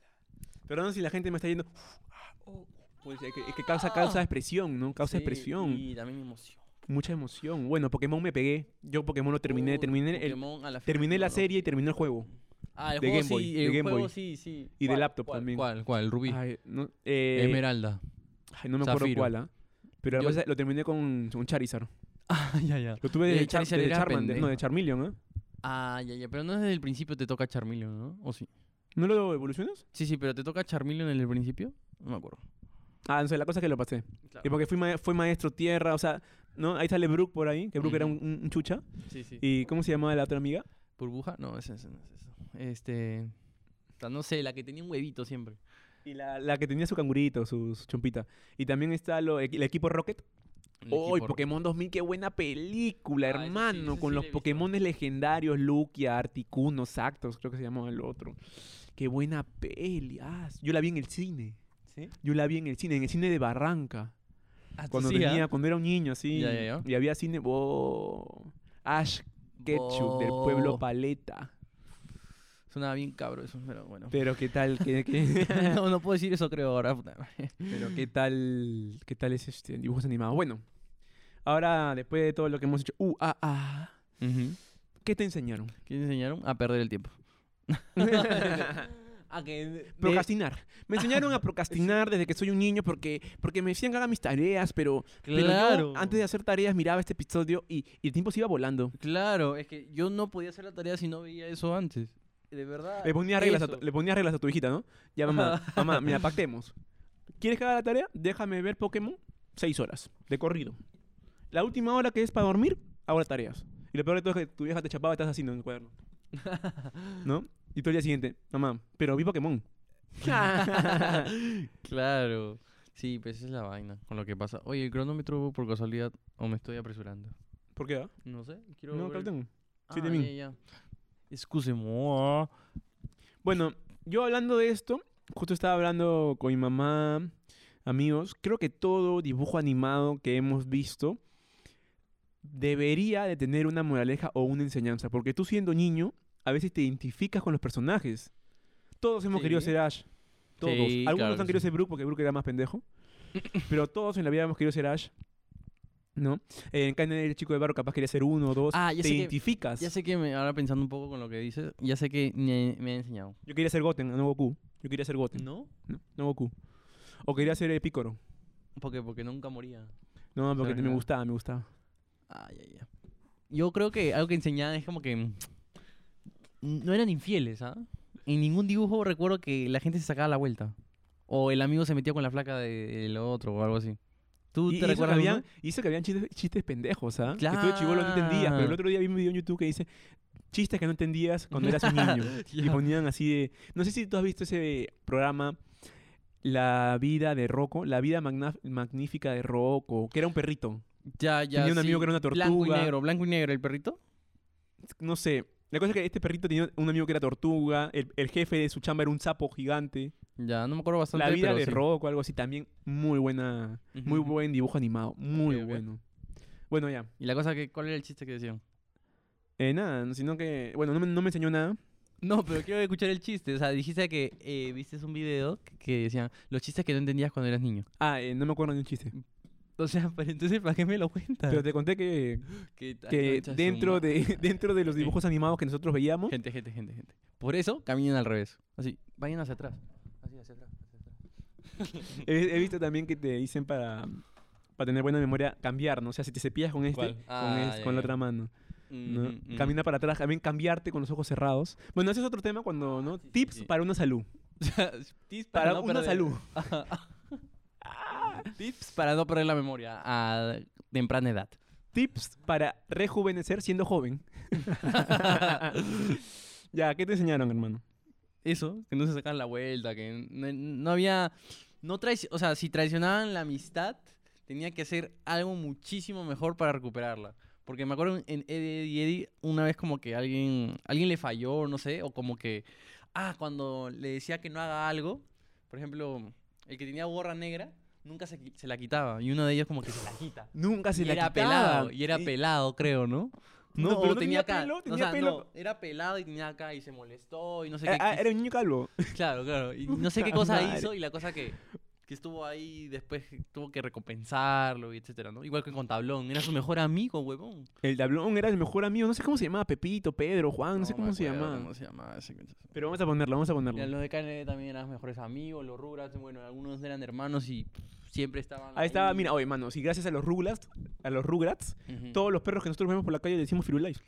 S2: Perdón si la gente me está yendo. Uf, ah, oh, pues, es, que, es que causa, causa expresión, ¿no? Causa
S1: Ah. Sí,
S2: expresión.
S1: Y también emoción.
S2: Mucha emoción. Bueno, Pokémon me pegué. Yo Pokémon lo terminé.
S1: Oh,
S2: terminé, el-
S1: Pokémon a la
S2: terminé la
S1: final, ¿no?
S2: serie y terminé el juego.
S1: Ah, el
S2: de
S1: juego
S2: Game Boy,
S1: sí,
S2: de
S1: el
S2: Game
S1: juego
S2: Boy.
S1: sí, sí.
S2: Y de
S1: ¿Cuál,
S2: laptop
S1: cuál,
S2: también.
S1: ¿Cuál? ¿Cuál? Rubí.
S2: Ay, no, eh,
S1: Esmeralda.
S2: ay, no me acuerdo
S1: Zafiro.
S2: cuál, ¿ah? Pero la
S1: Yo-
S2: cosa es- lo terminé con, con Charizard.
S1: Ah, ya, ya.
S2: Lo tuve
S1: Eh,
S2: de, Char-
S1: Charizard
S2: desde
S1: era
S2: Charmander. No, de
S1: pendejo.
S2: Charmeleon, ¿ah?
S1: Ah, ya, ya. Pero no desde el principio te toca Charmeleon, ¿no? ¿O sí?
S2: ¿No lo evolucionas?
S1: Sí, sí, pero te toca Charmeleon en el principio. No me acuerdo.
S2: Ah, no sé, la cosa es que lo pasé.
S1: Claro.
S2: Y porque fui, ma- fue maestro tierra, o sea, ¿no? Ahí sale Brook por ahí, que Brook era
S1: Ujú.
S2: un, un- un chucha.
S1: Sí, sí.
S2: ¿Y cómo se llamaba la otra amiga?
S1: ¿Burbuja? No, ese, ese no es eso. Este. o sea, no sé, la que tenía un huevito siempre.
S2: Y la, la que tenía su cangurito, su, su chompita. Y también está lo, el equipo Rocket.
S1: El
S2: ¡Oh,
S1: equipo-
S2: Pokémon 2000! ¡Qué buena película,
S1: Ah, ese sí,
S2: hermano!
S1: ese
S2: con
S1: sí
S2: los
S1: lo he visto.
S2: Pokémones legendarios, Lucia, Articuno, Sactos, creo que se llamaba el otro. ¡Qué buena peli! Ah, yo la vi en el cine.
S1: ¿Sí?
S2: Yo la vi en el cine, en el cine de Barranca.
S1: Ah, tú
S2: Cuando
S1: sí, ¿ah?
S2: tenía, cuando era un niño, así.
S1: Ya, ya, ya.
S2: Y había cine. ¡Oh! Ash Ketchup, del
S1: Bo-
S2: pueblo Paleta.
S1: Sonaba bien cabro eso, pero bueno.
S2: Pero qué tal, qué, qué-
S1: no, no puedo decir eso, creo, ahora. puta madre.
S2: Pero qué tal, qué tal es este dibujos animados. Bueno, ahora después de todo lo que hemos hecho, uh, ah, ah,
S1: Ujú.
S2: ¿qué te enseñaron?
S1: ¿Qué te enseñaron? A perder el tiempo. a que. de-
S2: procrastinar. Me enseñaron a procrastinar desde que soy un niño porque, porque me decían que haga mis tareas, pero, pero yo
S1: Claro.
S2: antes de hacer tareas miraba este episodio y, y el tiempo se iba volando.
S1: Claro, es que yo no podía hacer la tarea si no veía eso antes. De verdad.
S2: Le ponía reglas, a
S1: eso.
S2: tu, le ponía reglas a tu hijita, ¿no? Ya mamá, mamá, mira, pactemos. ¿Quieres que haga la tarea? Déjame ver Pokémon seis horas, de corrido. La última hora que es para dormir, hago las tareas. Y lo peor de todo es que tu vieja te chapaba y estás haciendo en el cuaderno. ¿No? Y tú el día siguiente, mamá, pero vi Pokémon.
S1: Claro. Sí, pues esa es la vaina con lo que pasa. Oye, el cronómetro por casualidad o me estoy apresurando.
S2: ¿Por qué? ah?
S1: No sé, quiero
S2: No,
S1: ver-
S2: Captain.
S1: Ah,
S2: siete mil.
S1: ya, ya. Excuse-moi.
S2: Bueno, yo hablando de esto, justo estaba hablando con mi mamá, amigos, creo que todo dibujo animado que hemos visto debería de tener una moraleja o una enseñanza, porque tú siendo niño a veces te identificas con los personajes. Todos hemos querido
S1: Sí.
S2: ser Ash. Todos.
S1: Sí,
S2: Algunos
S1: claro
S2: no
S1: que
S2: han querido
S1: sí.
S2: ser Brooke porque Brooke era más pendejo. Pero todos en la vida hemos querido ser Ash. ¿No? Eh, en cambio, el chico de barro capaz quería ser uno o dos.
S1: Ah, ya
S2: te
S1: sé que-
S2: identificas.
S1: Ya sé que me, ahora pensando un poco con lo que dices, ya sé que me, me ha enseñado.
S2: Yo quería ser Goten, no Goku. Yo quería ser Goten,
S1: ¿No?
S2: no, no Goku. O quería ser eh, Picoro.
S1: Porque, porque nunca moría.
S2: No, porque
S1: Claro,
S2: me
S1: claro.
S2: gustaba, me gustaba.
S1: Ah, ya, ya. Yo creo que algo que enseñaban es como que mm, no eran infieles, ¿ah? En ningún dibujo recuerdo que la gente se sacaba la vuelta. O el amigo se metía con la flaca de- del otro o algo así. ¿Tú
S2: Y,
S1: te
S2: y eso que
S1: recuerdas?
S2: habían-
S1: alguno?
S2: y eso que habían chistes, chistes pendejos, ¿ah? Que tú de chivolo no entendías. Pero el
S1: Claro.
S2: otro día vi un video en YouTube que dice chistes que no entendías cuando eras un niño. Y
S1: Ya.
S2: ponían así de... No sé si tú has visto ese programa... La vida de Rocco, la vida magna- magnífica de Rocco, que era un perrito.
S1: Ya, ya.
S2: tenía un amigo
S1: sí.
S2: que era una
S1: Blanco y
S2: tortuga.
S1: negro, blanco y negro, el perrito.
S2: No sé. La cosa es que este perrito tenía un amigo que era tortuga, el, el jefe de su chamba era un sapo gigante.
S1: Ya, no me acuerdo bastante.
S2: La vida
S1: pero
S2: de
S1: sí.
S2: Rocco, algo así, también muy buena, muy
S1: Ujú.
S2: buen dibujo animado, muy
S1: Ok, ok.
S2: bueno. Bueno, ya.
S1: Y la cosa que, ¿cuál era el chiste que decían?
S2: Eh, nada, sino que, bueno, no me, no me enseñó nada.
S1: No, pero quiero escuchar el chiste. O sea, dijiste que eh, viste un video que, que decían los chistes que no entendías cuando eras niño.
S2: Ah, eh, no me acuerdo ni un chiste.
S1: O sea, pero entonces, ¿para qué me lo cuentas?
S2: Pero te conté que,
S1: que, ah,
S2: que
S1: concha su
S2: dentro, de,
S1: madre.
S2: dentro de los
S1: Ok.
S2: dibujos animados que nosotros veíamos,
S1: Gente, gente, gente, gente. Por eso, caminen al revés. Así, vayan hacia atrás. Así, hacia atrás. hacia atrás.
S2: he, he visto también que te dicen para, para tener buena memoria cambiar, ¿no? O sea, si te cepillas con este,
S1: ¿Cuál?
S2: con,
S1: Ah,
S2: este-
S1: ya,
S2: con la
S1: ya.
S2: otra mano. ¿no?
S1: Mm, mm, mm.
S2: Camina para atrás, también cambiarte con los ojos cerrados. Bueno, ese es otro tema cuando, ¿no?
S1: sí, sí,
S2: Tips
S1: sí.
S2: para una salud.
S1: O sea, tips
S2: Para
S1: no
S2: una
S1: perder-
S2: salud.
S1: Tips para no perder la memoria a temprana edad.
S2: Tips para rejuvenecer siendo joven. ya, ¿qué te enseñaron, hermano?
S1: eso, que no se sacaban la vuelta, que no, no había... No traici- o sea, si traicionaban la amistad, tenía que hacer algo muchísimo mejor para recuperarla. Porque me acuerdo en Eddie Eddie Eddie, una vez como que alguien, alguien le falló, no sé, o como que... Ah, cuando le decía que no haga algo, por ejemplo, el que tenía gorra negra, nunca se, qui- se la quitaba. Y uno de ellos como que se la quita.
S2: Nunca se
S1: y
S2: la
S1: era
S2: quitaban.
S1: pelado, y era
S2: Y-
S1: pelado, creo, ¿no?
S2: No,
S1: No,
S2: pero
S1: o
S2: no tenía
S1: tenía, acá.
S2: pelo,
S1: o
S2: tenía
S1: sea,
S2: pelo.
S1: no, era pelado y tenía acá y se molestó y no sé
S2: Ah,
S1: qué.
S2: ah,
S1: quiso.
S2: era un niño calvo.
S1: Claro, claro. Y no sé qué
S2: Puta
S1: cosa
S2: madre.
S1: hizo y la cosa que, que estuvo ahí después tuvo que recompensarlo y etcétera, ¿no? Igual que con Tablón, era su mejor amigo, huevón.
S2: El tablón era el mejor amigo. No sé cómo se llamaba. Pepito, Pedro, Juan, no, sé
S1: me
S2: cómo se
S1: acuerdo
S2: llamaba.
S1: cómo se llamaba ese concha.
S2: Pero vamos a ponerlo, vamos a ponerlo.
S1: Mira, los de KND también eran mejores amigos, los Rugrats, bueno, algunos eran hermanos y siempre estaban
S2: Ahí estaba, mira, oye, mano, si gracias a los Rugrats, a los Rugrats,
S1: Ujú.
S2: todos los perros que nosotros vemos por la calle le decimos Firulais.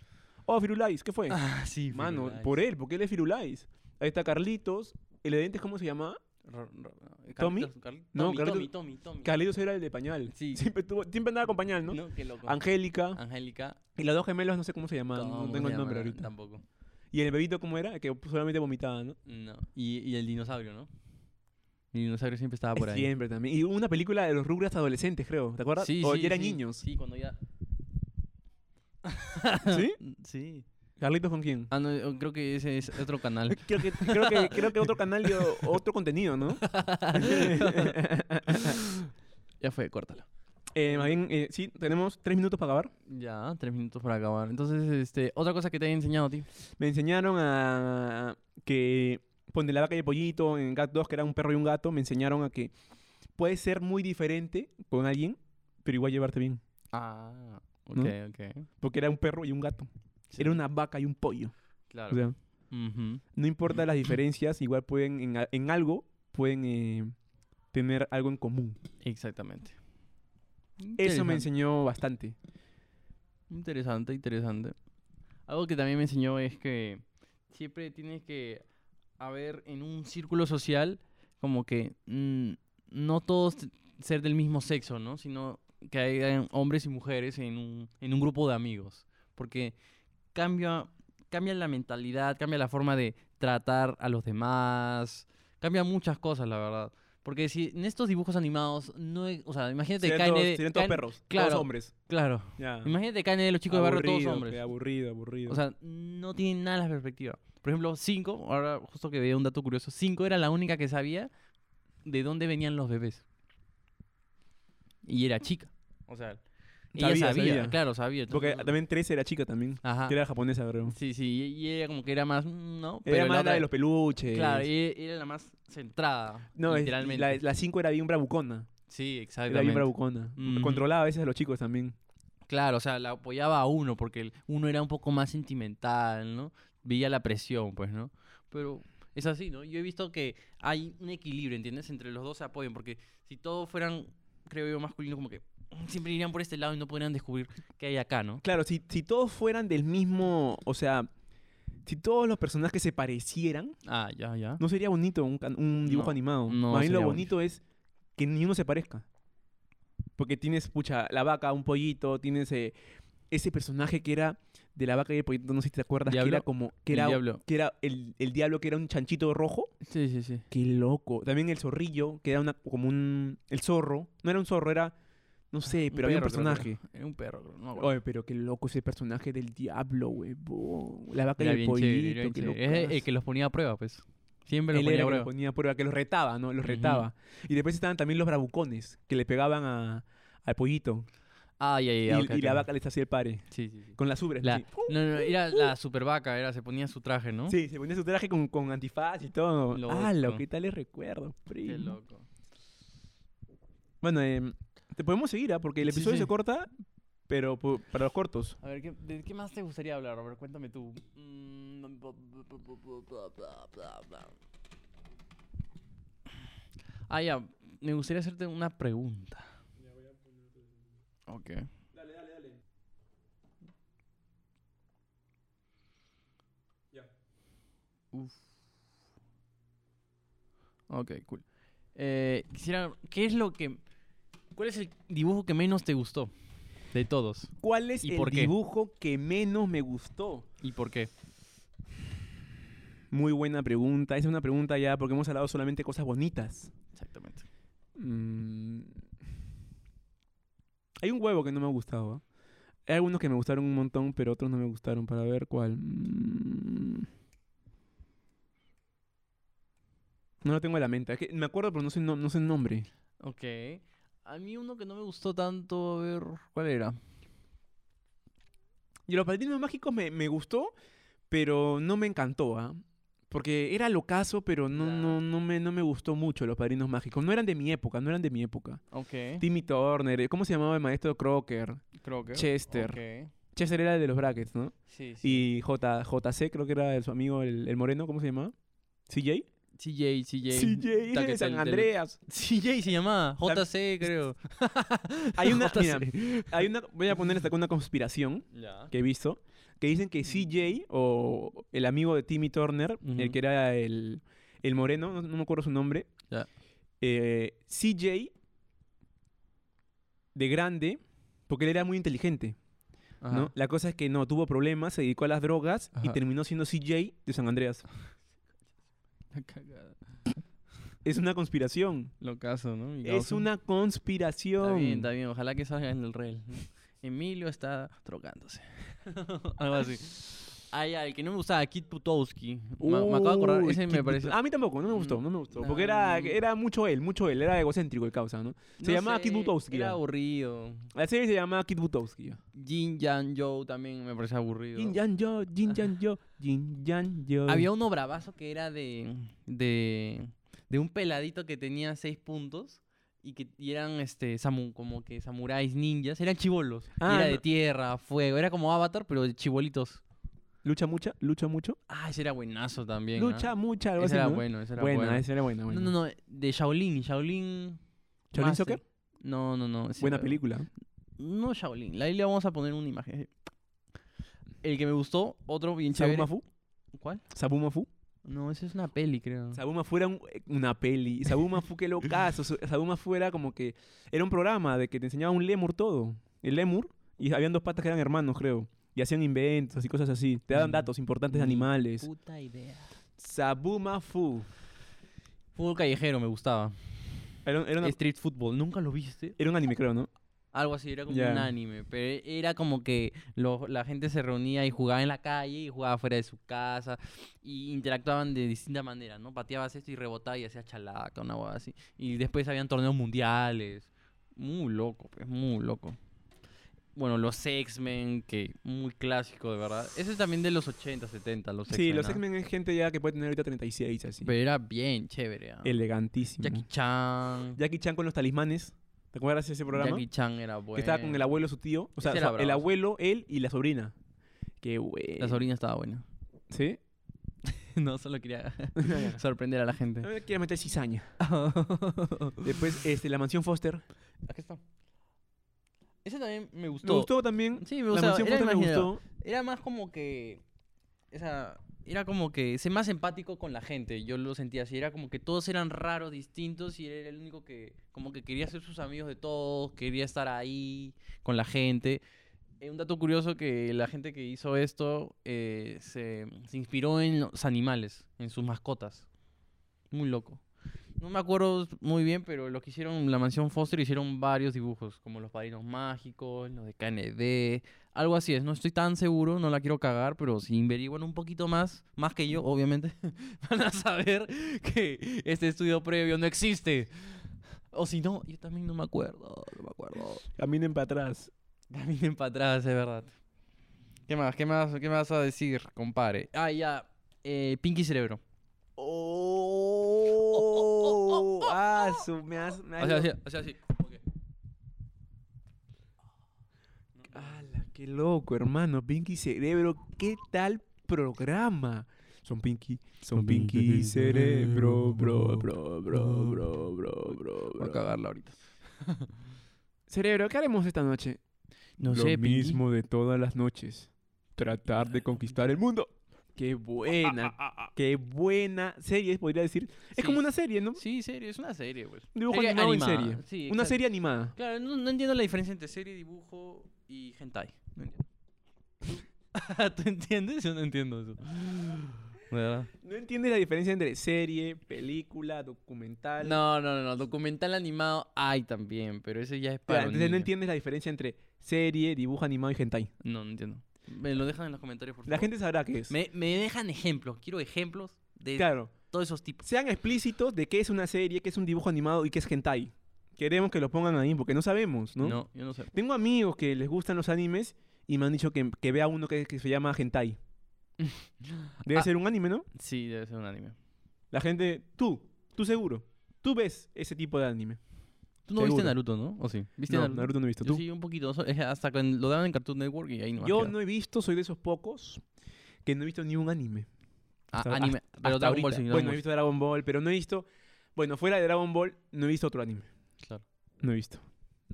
S2: Oh, Firulais, ¿qué fue?
S1: Ah, sí,
S2: mano,
S1: Firulais.
S2: por él, porque él es Firulais. Ahí está Carlitos, el de dentes, ¿cómo se llamaba?
S1: Ro- ro- Carlitos,
S2: ¿Tommy?
S1: Carl-
S2: No,
S1: Tommy,
S2: Carlitos-
S1: Tommy, Tommy, Tommy.
S2: Carlitos era el de pañal.
S1: Sí.
S2: Siempre, tuvo, siempre andaba con pañal, ¿no?
S1: No, qué loco.
S2: Angélica.
S1: Angélica.
S2: Y los dos gemelos, no sé ah. cómo se llamaban, no
S1: ¿cómo
S2: tengo
S1: se
S2: el nombre
S1: llama?
S2: ahorita.
S1: Tampoco.
S2: Y el bebito, ¿cómo era? Que solamente vomitaba, ¿no?
S1: No. Y, y el dinosaurio, ¿no? El dinosaurio siempre
S2: Ah,
S1: estaba por ahí.
S2: Siempre también. Y hubo una película de los Rugrats adolescentes, creo. ¿Te acuerdas? o ya eran
S1: sí.
S2: niños.
S1: Sí, cuando ya.
S2: ¿Sí?
S1: Sí.
S2: ¿Carlitos con quién?
S1: Ah, no, yo creo que ese es otro canal.
S2: Creo que, creo que, creo que otro canal dio otro contenido, ¿no?
S1: ya fue, córtala.
S2: eh, más bien, eh, sí, tenemos tres minutos para acabar.
S1: Ya, tres minutos para acabar. Entonces, este, otra cosa que te he enseñado a ti.
S2: Me enseñaron a que ponte la vaca y el pollito en Cat 2, que era un perro y un gato, me enseñaron a que puedes ser muy diferente con alguien, pero igual llevarte bien.
S1: Ah, ok,
S2: ¿No?
S1: ok.
S2: Porque era un perro y un gato.
S1: Sí,
S2: Era una vaca y un pollo.
S1: Claro.
S2: O sea,
S1: Ujú.
S2: no importa las diferencias, igual pueden, en, a- en algo, pueden eh, tener algo en común.
S1: Exactamente.
S2: Eso
S1: Interesante,
S2: me enseñó bastante.
S1: Interesante, interesante. Algo que también me enseñó es que siempre tienes que haber en un círculo social como que mm, no todos t- ser del mismo sexo, ¿no? Sino que hayan hombres y mujeres en un, en un grupo de amigos. Porque cambia, cambia la mentalidad, cambia la forma de tratar a los demás, cambia muchas cosas, la verdad. Porque si en estos dibujos animados, no, he- o sea, imagínate
S2: Serían
S1: KND
S2: todos, serían todos
S1: KN
S2: perros, todos
S1: claro.
S2: hombres.
S1: Claro.
S2: Ya.
S1: Imagínate KND de los chicos de barrio todos
S2: Ah. Aburrido,
S1: hombres.
S2: pe, Aburrido, aburrido.
S1: O sea, no tienen nada la perspectiva. Por ejemplo, 5, ahora justo que veía un dato curioso, 5 era la única que sabía de dónde venían los bebés. Y era chica. O sea, ella
S2: Sabía,
S1: sabía,
S2: sabía.
S1: claro, sabía.
S2: Porque
S1: entonces-
S2: también 13 era chica también.
S1: Ajá.
S2: Que era japonesa, creo.
S1: Sí, sí, y y ella como que era más, mm, ¿no?
S2: Era más la
S1: otra-
S2: de los peluches.
S1: Claro, y y era la más centrada,
S2: No, es-
S1: literalmente.
S2: la- la 5 era bien bravucona.
S1: Sí,
S2: Era bien
S1: exactamente. Mm.
S2: bravucona.
S1: Ujú.
S2: Controlaba a veces a los chicos también.
S1: Claro, o sea, la apoyaba a uno porque el- uno era un poco más sentimental, ¿no? Veía la presión, pues, ¿no? Pero es así, ¿no? Yo he visto que hay un equilibrio, ¿entiendes? Entre los dos se apoyan porque si todos fueran, creo yo, masculinos, como que siempre irían por este lado y no podrían descubrir qué hay acá, ¿no?
S2: Claro, si, si todos fueran del mismo. O sea, si todos los personajes se parecieran,
S1: Ah, ya, ya.
S2: no sería bonito un, can- un dibujo
S1: No,
S2: animado.
S1: no
S2: Más bien lo
S1: sería
S2: bonito es que ni uno se parezca. Porque tienes, pucha, la vaca, un pollito, tienes eh, ese personaje que era de la vaca y el pollito, no sé si te acuerdas, que
S1: Diablo,
S2: era como. Que
S1: el
S2: era,
S1: diablo.
S2: Que era el, el diablo, que era un chanchito rojo.
S1: Sí, sí, sí.
S2: Qué loco. También el zorrillo, que era una, como un. El zorro. No era un zorro, era. No sé,
S1: Un
S2: pero había un
S1: perro, creo que era.
S2: personaje.
S1: Era un perro, creo, no me acuerdo.
S2: Oye, pero qué loco ese personaje del diablo, huevón. La vaca
S1: Era
S2: y el
S1: bien
S2: pollito.
S1: chévere, era bien
S2: qué
S1: chévere. Es el- el
S2: locazo.
S1: que los ponía a prueba, pues. Siempre los
S2: Él
S1: ponía
S2: era
S1: a
S2: el que los
S1: prueba.
S2: ponía a prueba, que los retaba, ¿no? Los
S1: Ujú.
S2: retaba. Y después estaban también los bravucones, que le pegaban a- al pollito.
S1: Ah, ya,
S2: Y,
S1: ya, ya, ok,
S2: y la
S1: ok.
S2: vaca les hacía el pare.
S1: Sí, sí, sí.
S2: Con las ubres.
S1: La-
S2: así.
S1: no, no, era la super vaca, era, se ponía su traje, ¿no?
S2: Sí, se ponía su traje con, con antifaz y todo.
S1: Loco.
S2: Ah, lo que tal les recuerdo,
S1: Qué
S2: primo.
S1: loco.
S2: Bueno, em, te podemos seguir, ¿ah? Porque el
S1: Sí,
S2: episodio
S1: sí.
S2: se corta, pero po- para los cortos.
S1: A ver, ¿qué, ¿de qué más te gustaría hablar, Robert? Cuéntame tú. Mm, Ah, ya, me gustaría hacerte una pregunta. Ok.
S2: Dale, dale, dale.
S1: Ok, cool. Eh, quisiera, ¿qué es lo que, cuál es el dibujo que menos te gustó de todos
S2: ¿Cuál es
S1: ¿Y
S2: el
S1: por qué?
S2: dibujo que menos me gustó?
S1: y por qué?
S2: Muy buena pregunta. Esa es una pregunta ya porque hemos hablado solamente de cosas bonitas.
S1: Exactamente.
S2: Mm. Hay un huevo que no me ha gustado. ¿ah? Hay algunos que me gustaron un montón, pero otros no me gustaron. Para ver cuál. Mm. No lo tengo en la mente. Es que me acuerdo, pero no sé, el nom- no sé el nombre.
S1: Ok. A mí uno que no me gustó tanto, a ver, ¿cuál era?
S2: Y los padrinos mágicos me, me gustó, pero no me encantó, ¿ah? Porque era locazo, pero no,
S1: Ya.
S2: no, no, me, no me gustó mucho los padrinos mágicos. No eran de mi época, no eran de mi época.
S1: Ok.
S2: Timmy Turner, eh, ¿cómo se llamaba el maestro Crocker?
S1: Creo que.
S2: Chester.
S1: Ok.
S2: Chester era el de los brackets, ¿no?
S1: Sí, sí.
S2: Y J, JC, creo que era el- su amigo, el, el moreno, ¿cómo se llamaba? ¿CJ?
S1: CJ, CJ.
S2: CJ,
S1: Ta-
S2: era
S1: que tal-
S2: de San
S1: del-
S2: Andreas.
S1: CJ se llamaba.
S2: Tam-
S1: JC, creo.
S2: Hay una, mira,
S1: JC.
S2: hay una, voy a poner hasta acá una conspiración
S1: Ya.
S2: que he visto, que dicen que CJ, o el amigo de Timmy Turner, el
S1: Ujú.
S2: que era el, el moreno, no, no me acuerdo su nombre,
S1: Ya.
S2: eh, CJ, de grande, porque él era muy inteligente,
S1: Ajá.
S2: ¿no? La cosa es que no, tuvo problemas, se dedicó a las drogas y
S1: Ajá.
S2: terminó siendo CJ de San Andreas.
S1: La cagada.
S2: Es una conspiración.
S1: Locazo, ¿no? Mi
S2: Es
S1: causa.
S2: una conspiración.
S1: Está bien, está bien. Ojalá que salga en el reel. ¿no? Emilio está trogándose. Algo así. Ay, ay, el que no me gustaba, Kit Putowski. me, me acabo de acordar.
S2: Uy, Ah,
S1: Ese
S2: qué
S1: me pareció.
S2: puto- A mí tampoco, no me gustó,
S1: Mm,
S2: no me gustó.
S1: no,
S2: Porque era,
S1: no, no.
S2: era mucho él, mucho él. Era egocéntrico el causa, ¿no? se llamaba Kit Butowski,
S1: Era
S2: ya.
S1: aburrido.
S2: La serie se llamaba Kid Butowski. ya.
S1: Jin Jan Joe también me parecía aburrido.
S2: Jin Jan Yo, Jin Jan Yo, Jin Jan Yo.
S1: Había uno bravazo que era de, de, de un peladito que tenía seis puntos y que y eran este samu, como que samuráis ninjas, eran chivolos.
S2: Ah,
S1: era
S2: no.
S1: de tierra, fuego, era como Avatar, pero de chibolitos.
S2: Lucha mucha, lucha mucho.
S1: Ah, ese era buenazo también. ¿ah?
S2: Lucha mucha, algo
S1: Ese
S2: así.
S1: era
S2: ¿no?
S1: bueno, ese era
S2: buena,
S1: bueno.
S2: esa era buena, buena.
S1: No, no, no, de Shaolin, Shaolin.
S2: ¿Shaolin
S1: Master.
S2: Soccer?
S1: No, no, no. sí,
S2: buena
S1: pero-
S2: película.
S1: No Shaolin, ahí le vamos a poner una imagen. El que me gustó, otro bien chévere.
S2: Sabumafu.
S1: ¿Cuál?
S2: Sabumafu.
S1: No, esa es una peli, creo.
S2: Sabumafu era un- eh, una peli. Sabumafu, qué locazo. Su- Sabumafu era como que. Era un programa de que te enseñaba un lemur todo. El lemur. Y habían dos patas que eran hermanos, creo. Y hacían inventos y cosas así. Te daban
S1: Mm.
S2: datos importantes de
S1: Ni
S2: animales.
S1: Puta idea.
S2: Sabumafu.
S1: Fútbol callejero me gustaba.
S2: Era, un- era una-
S1: Street Football, ¿nunca lo viste?
S2: era un anime, creo, ¿no?
S1: Algo así, era como
S2: Ya.
S1: un anime. Pero era como que lo- la gente se reunía y jugaba en la calle y jugaba fuera de su casa. Y interactuaban de distinta manera, ¿no? Pateabas esto y rebotaba y hacías chalaca, una hueá así. Y después habían torneos mundiales. Muy loco, pues, muy loco. Bueno, los X-Men, que muy clásico, de verdad. Ese es también de los 80, 70, los X-Men.
S2: Sí, los
S1: ¿ah?
S2: X-Men es gente ya que puede tener ahorita 36, así.
S1: Pero era bien chévere. ¿ah?
S2: Elegantísimo.
S1: Jackie Chan.
S2: Jackie Chan con los talismanes. ¿Te acuerdas de ese programa?
S1: Jackie Chan era bueno.
S2: Que estaba con el abuelo, su tío. O sea,
S1: Ese
S2: o sea,
S1: era
S2: el
S1: bravo.
S2: abuelo, él y la sobrina. Qué bueno.
S1: La sobrina estaba buena.
S2: ¿Sí?
S1: no, solo quería sorprender a la gente.
S2: A ver, Quiero meter cizaña.
S1: Acá
S2: Después, este, la mansión Foster.
S1: está. Ese también me
S2: Me
S1: gustó.
S2: gustó también.
S1: Sí, me
S2: La
S1: gustaba.
S2: mansión
S1: Era,
S2: Foster me
S1: imaginario.
S2: gustó.
S1: Era más como que. Esa. Era como que se más empático con la gente. Yo lo sentía así. Era como que todos eran raros, distintos. Y él era el único que. Como que quería ser sus amigos de todos. Quería estar ahí con la gente. Eh, un dato curioso que la gente que hizo esto eh, se, se inspiró en los animales, en sus mascotas. Muy loco. No me acuerdo muy bien, pero los que hicieron la mansión Foster hicieron varios dibujos, como los padrinos mágicos, los de KND, algo así es. No estoy tan seguro, no la quiero cagar, pero si averiguan un poquito más, más que yo, obviamente, van a saber que este estudio previo no existe. O si no, yo también no me acuerdo, no me acuerdo.
S2: Caminen para atrás.
S1: Caminen para atrás, es verdad. ¿Qué más? ¿Qué más? ¿Qué me vas a decir, compadre? Ah, ya. eh, Pinky Cerebro.
S2: Oh, ah, su, me has, me has
S1: O sea, así,
S2: ido-
S1: o sea, así. como que-
S2: Ala, qué loco, hermano. Pinky Cerebro, ¿qué tal programa? Son Pinky, son Pinky Cerebro, bro, bro, bro, bro, bro, bro,
S1: Voy a
S2: bro.
S1: cagarla ahorita.
S2: Cerebro, ¿qué haremos esta noche?
S1: No
S2: Lo
S1: sé, Pinky.
S2: mismo de todas las noches. Tratar de conquistar el mundo. Qué buena, qué buena serie, podría decir.
S1: Sí.
S2: Es como una serie, ¿no?
S1: Sí, serie, es una serie, pues.
S2: Un Dibujo
S1: Serie
S2: animado en
S1: animada,
S2: serie.
S1: sí,
S2: una
S1: exacto.
S2: serie animada.
S1: Claro, no, no entiendo la diferencia entre serie, dibujo y hentai. No entiendo. ¿Tú entiendes? Yo no entiendo eso. ¿De verdad?
S2: No entiendes la diferencia entre serie, película, documental.
S1: No, no, no, no, documental animado hay también, pero ese ya es para.
S2: Claro, entonces no
S1: niños.
S2: entiendes la diferencia entre serie, dibujo animado y hentai.
S1: No, no entiendo. Me lo dejan en los comentarios, por favor.
S2: La gente sabrá qué es.
S1: Me, me dejan ejemplos, quiero ejemplos de
S2: Claro,
S1: todos esos tipos.
S2: sean explícitos de qué es una serie, qué es un dibujo animado y qué es hentai. Queremos que lo pongan ahí porque no sabemos, ¿no?
S1: ¿No? yo no sé.
S2: Tengo amigos que les gustan los animes y me han dicho que, que vea uno que, que se llama hentai. Debe
S1: Ah.
S2: ser un anime, ¿no?
S1: Sí, debe ser un anime.
S2: La gente, tú, tú seguro, tú ves ese tipo de anime.
S1: Tú no
S2: Seguro.
S1: viste Naruto, ¿no? ¿O sí? ¿Viste
S2: no,
S1: Naruto?
S2: Naruto no he visto.
S1: Yo
S2: ¿Tú?
S1: sí, un poquito. so- es Hasta cuando lo daban en Cartoon Network y ahí no
S2: Yo no he visto, soy de esos pocos que no he visto ni un anime. hasta-
S1: Ah, anime. Pero
S2: Hasta
S1: Dragon Ball
S2: ahorita.
S1: sí, Dragon
S2: Bueno,
S1: Ball
S2: he
S1: sí.
S2: visto Dragon Ball, pero no he visto. Bueno, fuera de Dragon Ball, no he visto otro anime.
S1: Claro.
S2: No he visto.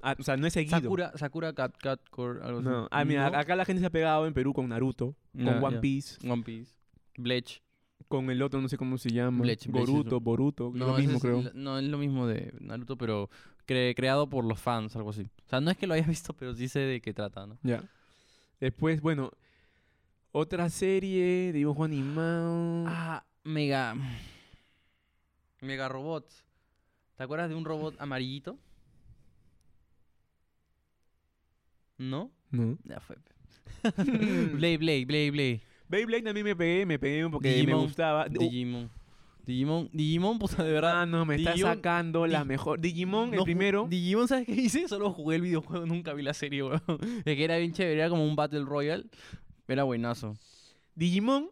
S2: Ah, o sea, no he seguido.
S1: Sakura, Sakura Cat Cat Core, algo así.
S2: No. Ah, mira,
S1: ¿No? Ah,
S2: acá la gente se ha pegado en Perú con Naruto, con
S1: Ya,
S2: One
S1: ya.
S2: Piece,
S1: One Piece. Bleach.
S2: con el otro, no sé cómo se llama.
S1: Bleach, Bleach es
S2: Boruto, Boruto,
S1: pues, No,
S2: lo
S1: ese
S2: mismo
S1: es
S2: creo.
S1: el- no, es lo mismo de Naruto, pero cre- creado por los fans, algo así. O sea, no es que lo hayas visto, pero sí sé de qué trata, ¿no?
S2: Ya. Después, bueno, otra serie, dibujo animado.
S1: Ah, Mega. Mega Robot. ¿Te acuerdas de un robot amarillito? ¿No?
S2: No.
S1: Ya fue. pe.
S2: Mm.
S1: Blade, Blade, Blade, Blade.
S2: Beyblade también me pegué, me pegué porque
S1: Digimon.
S2: me gustaba. Uh,
S1: Digimon. Digimon, Digimon, puta, de verdad.
S2: ah, no, me está
S1: Digimon-
S2: sacando la
S1: Dig-
S2: mejor. Digimon,
S1: No
S2: el
S1: ju-
S2: primero.
S1: Digimon, ¿sabes qué hice? Solo jugué el videojuego, nunca vi la serie, weón. Es que era bien chévere, era como un Battle Royale. Era buenazo.
S2: Digimon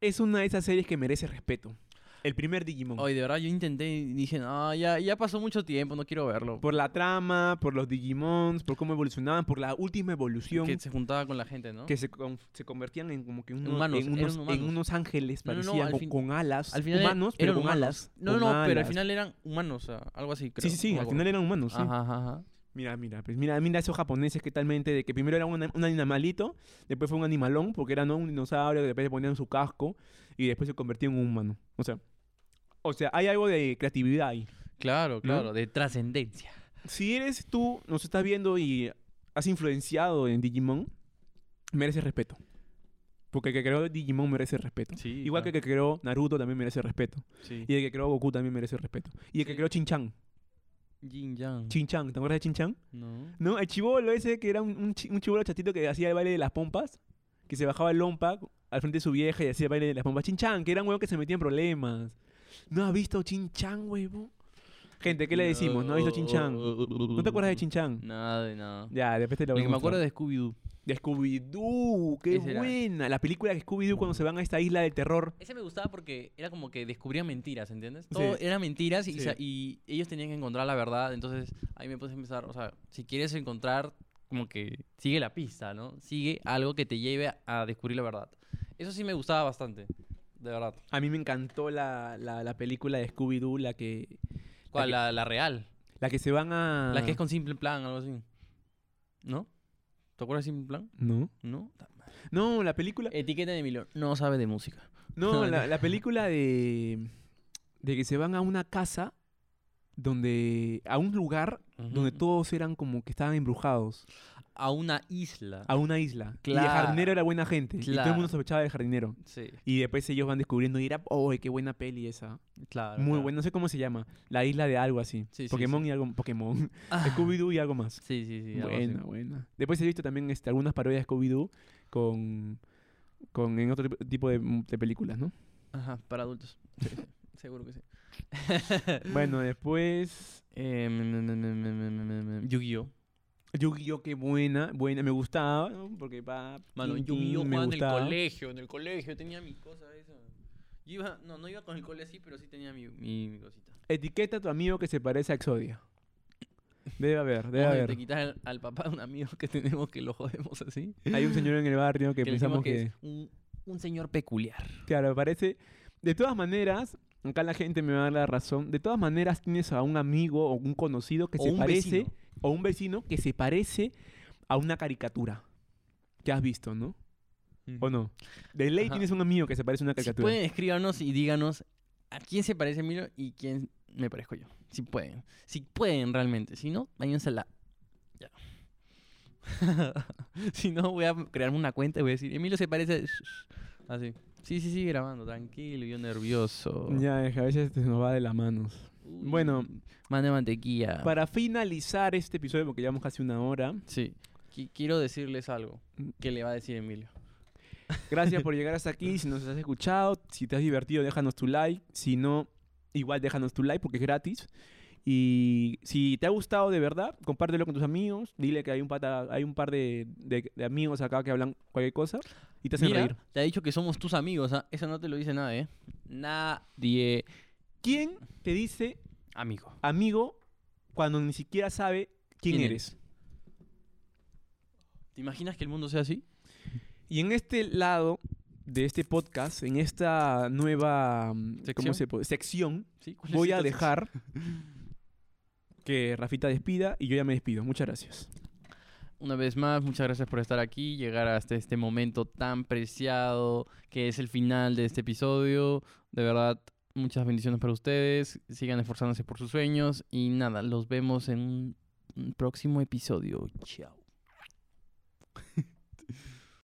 S2: es una de esas series que merece respeto. El primer Digimon.
S1: Ay, de verdad, yo intenté y dije, no, ya, ya pasó mucho tiempo, no quiero verlo.
S2: Por la trama, por los Digimons, por cómo evolucionaban, por la última evolución.
S1: Que
S2: Que,
S1: se juntaba con la gente, ¿no?
S2: se, con- se convertían en como que uno-
S1: Humanos,
S2: en, unos,
S1: eran humanos.
S2: en unos ángeles,
S1: No, no, no,
S2: parecían,
S1: al
S2: con,
S1: fin-
S2: con alas.
S1: al final e-
S2: humanos, pero
S1: eran
S2: con
S1: humanos.
S2: alas.
S1: No,
S2: con
S1: no, pero al
S2: alas.
S1: final eran humanos, o sea, algo así, creo.
S2: Sí, sí, sí,
S1: no me
S2: al final
S1: acuerdo.
S2: eran humanos. sí.
S1: Ajá, ajá, ajá.
S2: Mira, mira, pues mira, mira esos japoneses que talmente de que primero era un, ana- un animalito, después fue un animalón, porque era ¿no? un dinosaurio, después le ponían su casco y después se convertía en un humano. O sea, o sea, hay algo de creatividad ahí.
S1: Claro, claro, de trascendencia.
S2: Si eres tú, nos estás viendo y has influenciado en Digimon, mereces respeto. Porque el que creó Digimon merece respeto.
S1: Sí,
S2: Igual que el que creó Naruto también merece respeto.
S1: Sí.
S2: Y el que creó Goku también merece respeto. Y el que
S1: Sí.
S2: creó Chin Chan.
S1: Jin Yang.
S2: Chinchang, ¿te acuerdas de Chinchang?
S1: No.
S2: No, el chivolo ese que era un, un, chi- un chivolo chatito que hacía el baile de las pompas, que se bajaba el lompa al frente de su vieja y hacía el baile de las pompas. Chinchang, que era un huevón que se metía en problemas. ¿No has visto Chinchang, huevo? Gente, ¿qué le decimos? ¿No has visto Chinchang? ¿No te acuerdas de Chinchang?
S1: Nada de nada.
S2: Ya, después te lo
S1: Lo que me
S2: mostrar.
S1: acuerdo es de Scooby-Doo.
S2: de Scooby-Doo, qué
S1: Ese era.
S2: buena. La película de Scooby-Doo cuando se van a esta isla del terror.
S1: Ese me gustaba porque era como que descubrían mentiras, ¿entiendes? Todo
S2: Sí.
S1: era mentiras y,
S2: Sí.
S1: sa- y ellos tenían que encontrar la verdad. Entonces ahí me puse a empezar, o sea, si quieres encontrar, como que sigue la pista, ¿no? Sigue algo que te lleve a- a descubrir la verdad. Eso sí me gustaba bastante, de verdad.
S2: A mí me encantó la, la, la película de Scooby-Doo, la que,
S1: ¿Cuál?
S2: que-
S1: La, la real.
S2: la que se van a...
S1: La que es con Simple Plan, algo así. ¿No? ¿Te acuerdas de Simple Plan?
S2: No.
S1: ¿No?
S2: No, la película...
S1: Etiqueta de Emilio. No sabe de música.
S2: No, la, la película de... De que se van a una casa donde... A un lugar donde
S1: Ujú.
S2: todos eran como que estaban embrujados.
S1: A una isla.
S2: A una isla. Y el
S1: Claro.
S2: jardinero era buena gente. Y todo el mundo
S1: Claro.
S2: sospechaba del jardinero.
S1: Sí,
S2: Y después ellos van descubriendo y era... ¡Oh, qué buena peli esa!
S1: claro.
S2: Muy
S1: claro.
S2: buena. No sé cómo se llama. La isla de algo así.
S1: Sí, sí,
S2: Pokémon y algo... Pokémon.
S1: Ah.
S2: Scooby-Doo y algo más.
S1: Sí, sí, sí. algo así.
S2: Buena, buena. Después he visto también este, algunas parodias de Scooby-Doo con, con en otro tipo- tipo de, de películas, ¿no?
S1: Ajá, para adultos. Seguro que sí.
S2: Bueno, después...
S1: Eh,
S2: Em,
S1: mm, mm, mm, mm, mm, mm, mm, Yu-Gi-Oh!
S2: Yu-Gi-Oh, qué buena, buena, me gustaba, ¿no? porque pa,
S1: Mano,
S2: tin, tin,
S1: Yu-Gi-Oh!
S2: Mm, me
S1: jugaba en el
S2: gustaba.
S1: colegio, en el colegio. Tenía mi cosa esa. Yo iba, no, no iba con el cole así, pero sí tenía mi, mi, mi cosita.
S2: Etiqueta a tu amigo que se parece a Exodia. Debe haber, debe
S1: Vamos a
S2: haber.
S1: etiquetar al, al papá de un amigo que tenemos que lo jodemos así.
S2: Hay un señor en el barrio que,
S1: le
S2: pensamos
S1: decimos
S2: que,
S1: es un, un señor peculiar.
S2: Claro, parece... De todas maneras, acá la gente me va a dar la razón, de todas maneras tienes a un amigo o un conocido que
S1: O
S2: se
S1: un
S2: parece...
S1: vecino.
S2: o un vecino que se parece a una caricatura que has visto, ¿no? ¿O no? De ley
S1: Ajá.
S2: tienes un amigo que se parece a una
S1: Si
S2: caricatura.
S1: pueden, escríbanos y díganos a quién se parece Emilio y quién me parezco yo. Si pueden. Si pueden realmente. Si no, váyanse a la... Ya. si no, voy a crearme una cuenta y voy a decir, Emilio se parece... Así. Sí, sí, sí, grabando. Tranquilo, yo nervioso.
S2: Ya, es que a veces se nos va de las manos.
S1: Uy,
S2: bueno.
S1: Mande mantequilla.
S2: Para finalizar este episodio, porque llevamos casi una hora,
S1: Sí. Qui- Quiero decirles algo que le va a decir Emilio.
S2: gracias por llegar hasta aquí. Si nos has escuchado, si te has divertido, déjanos tu like. Si no, igual déjanos tu like porque es gratis. Y si te ha gustado de verdad, compártelo con tus amigos. Dile que hay un, pata, hay un par de, de- de amigos acá que hablan cualquier cosa y te hacen
S1: Mira,
S2: reír.
S1: te ha dicho que somos tus amigos. ¿ah? Eso no te lo dice nadie. ¿eh? Nadie.
S2: ¿Quién te dice
S1: Amigo.
S2: amigo cuando ni siquiera sabe quién,
S1: ¿Quién
S2: eres.
S1: ¿Te imaginas que el mundo sea así?
S2: Y en este lado de este podcast, en esta nueva mm, ¿cómo
S1: Sección.
S2: se puede? sección,
S1: Sí, ¿cuál es
S2: voy a
S1: esta
S2: dejar que Rafita despida y yo ya me despido. Muchas gracias.
S1: sección? Una vez más, muchas gracias por estar aquí, llegar hasta este momento tan preciado que es el final de este episodio. De verdad, muchas bendiciones para ustedes. Sigan esforzándose por sus sueños y nada, los vemos en un un próximo episodio. Chao.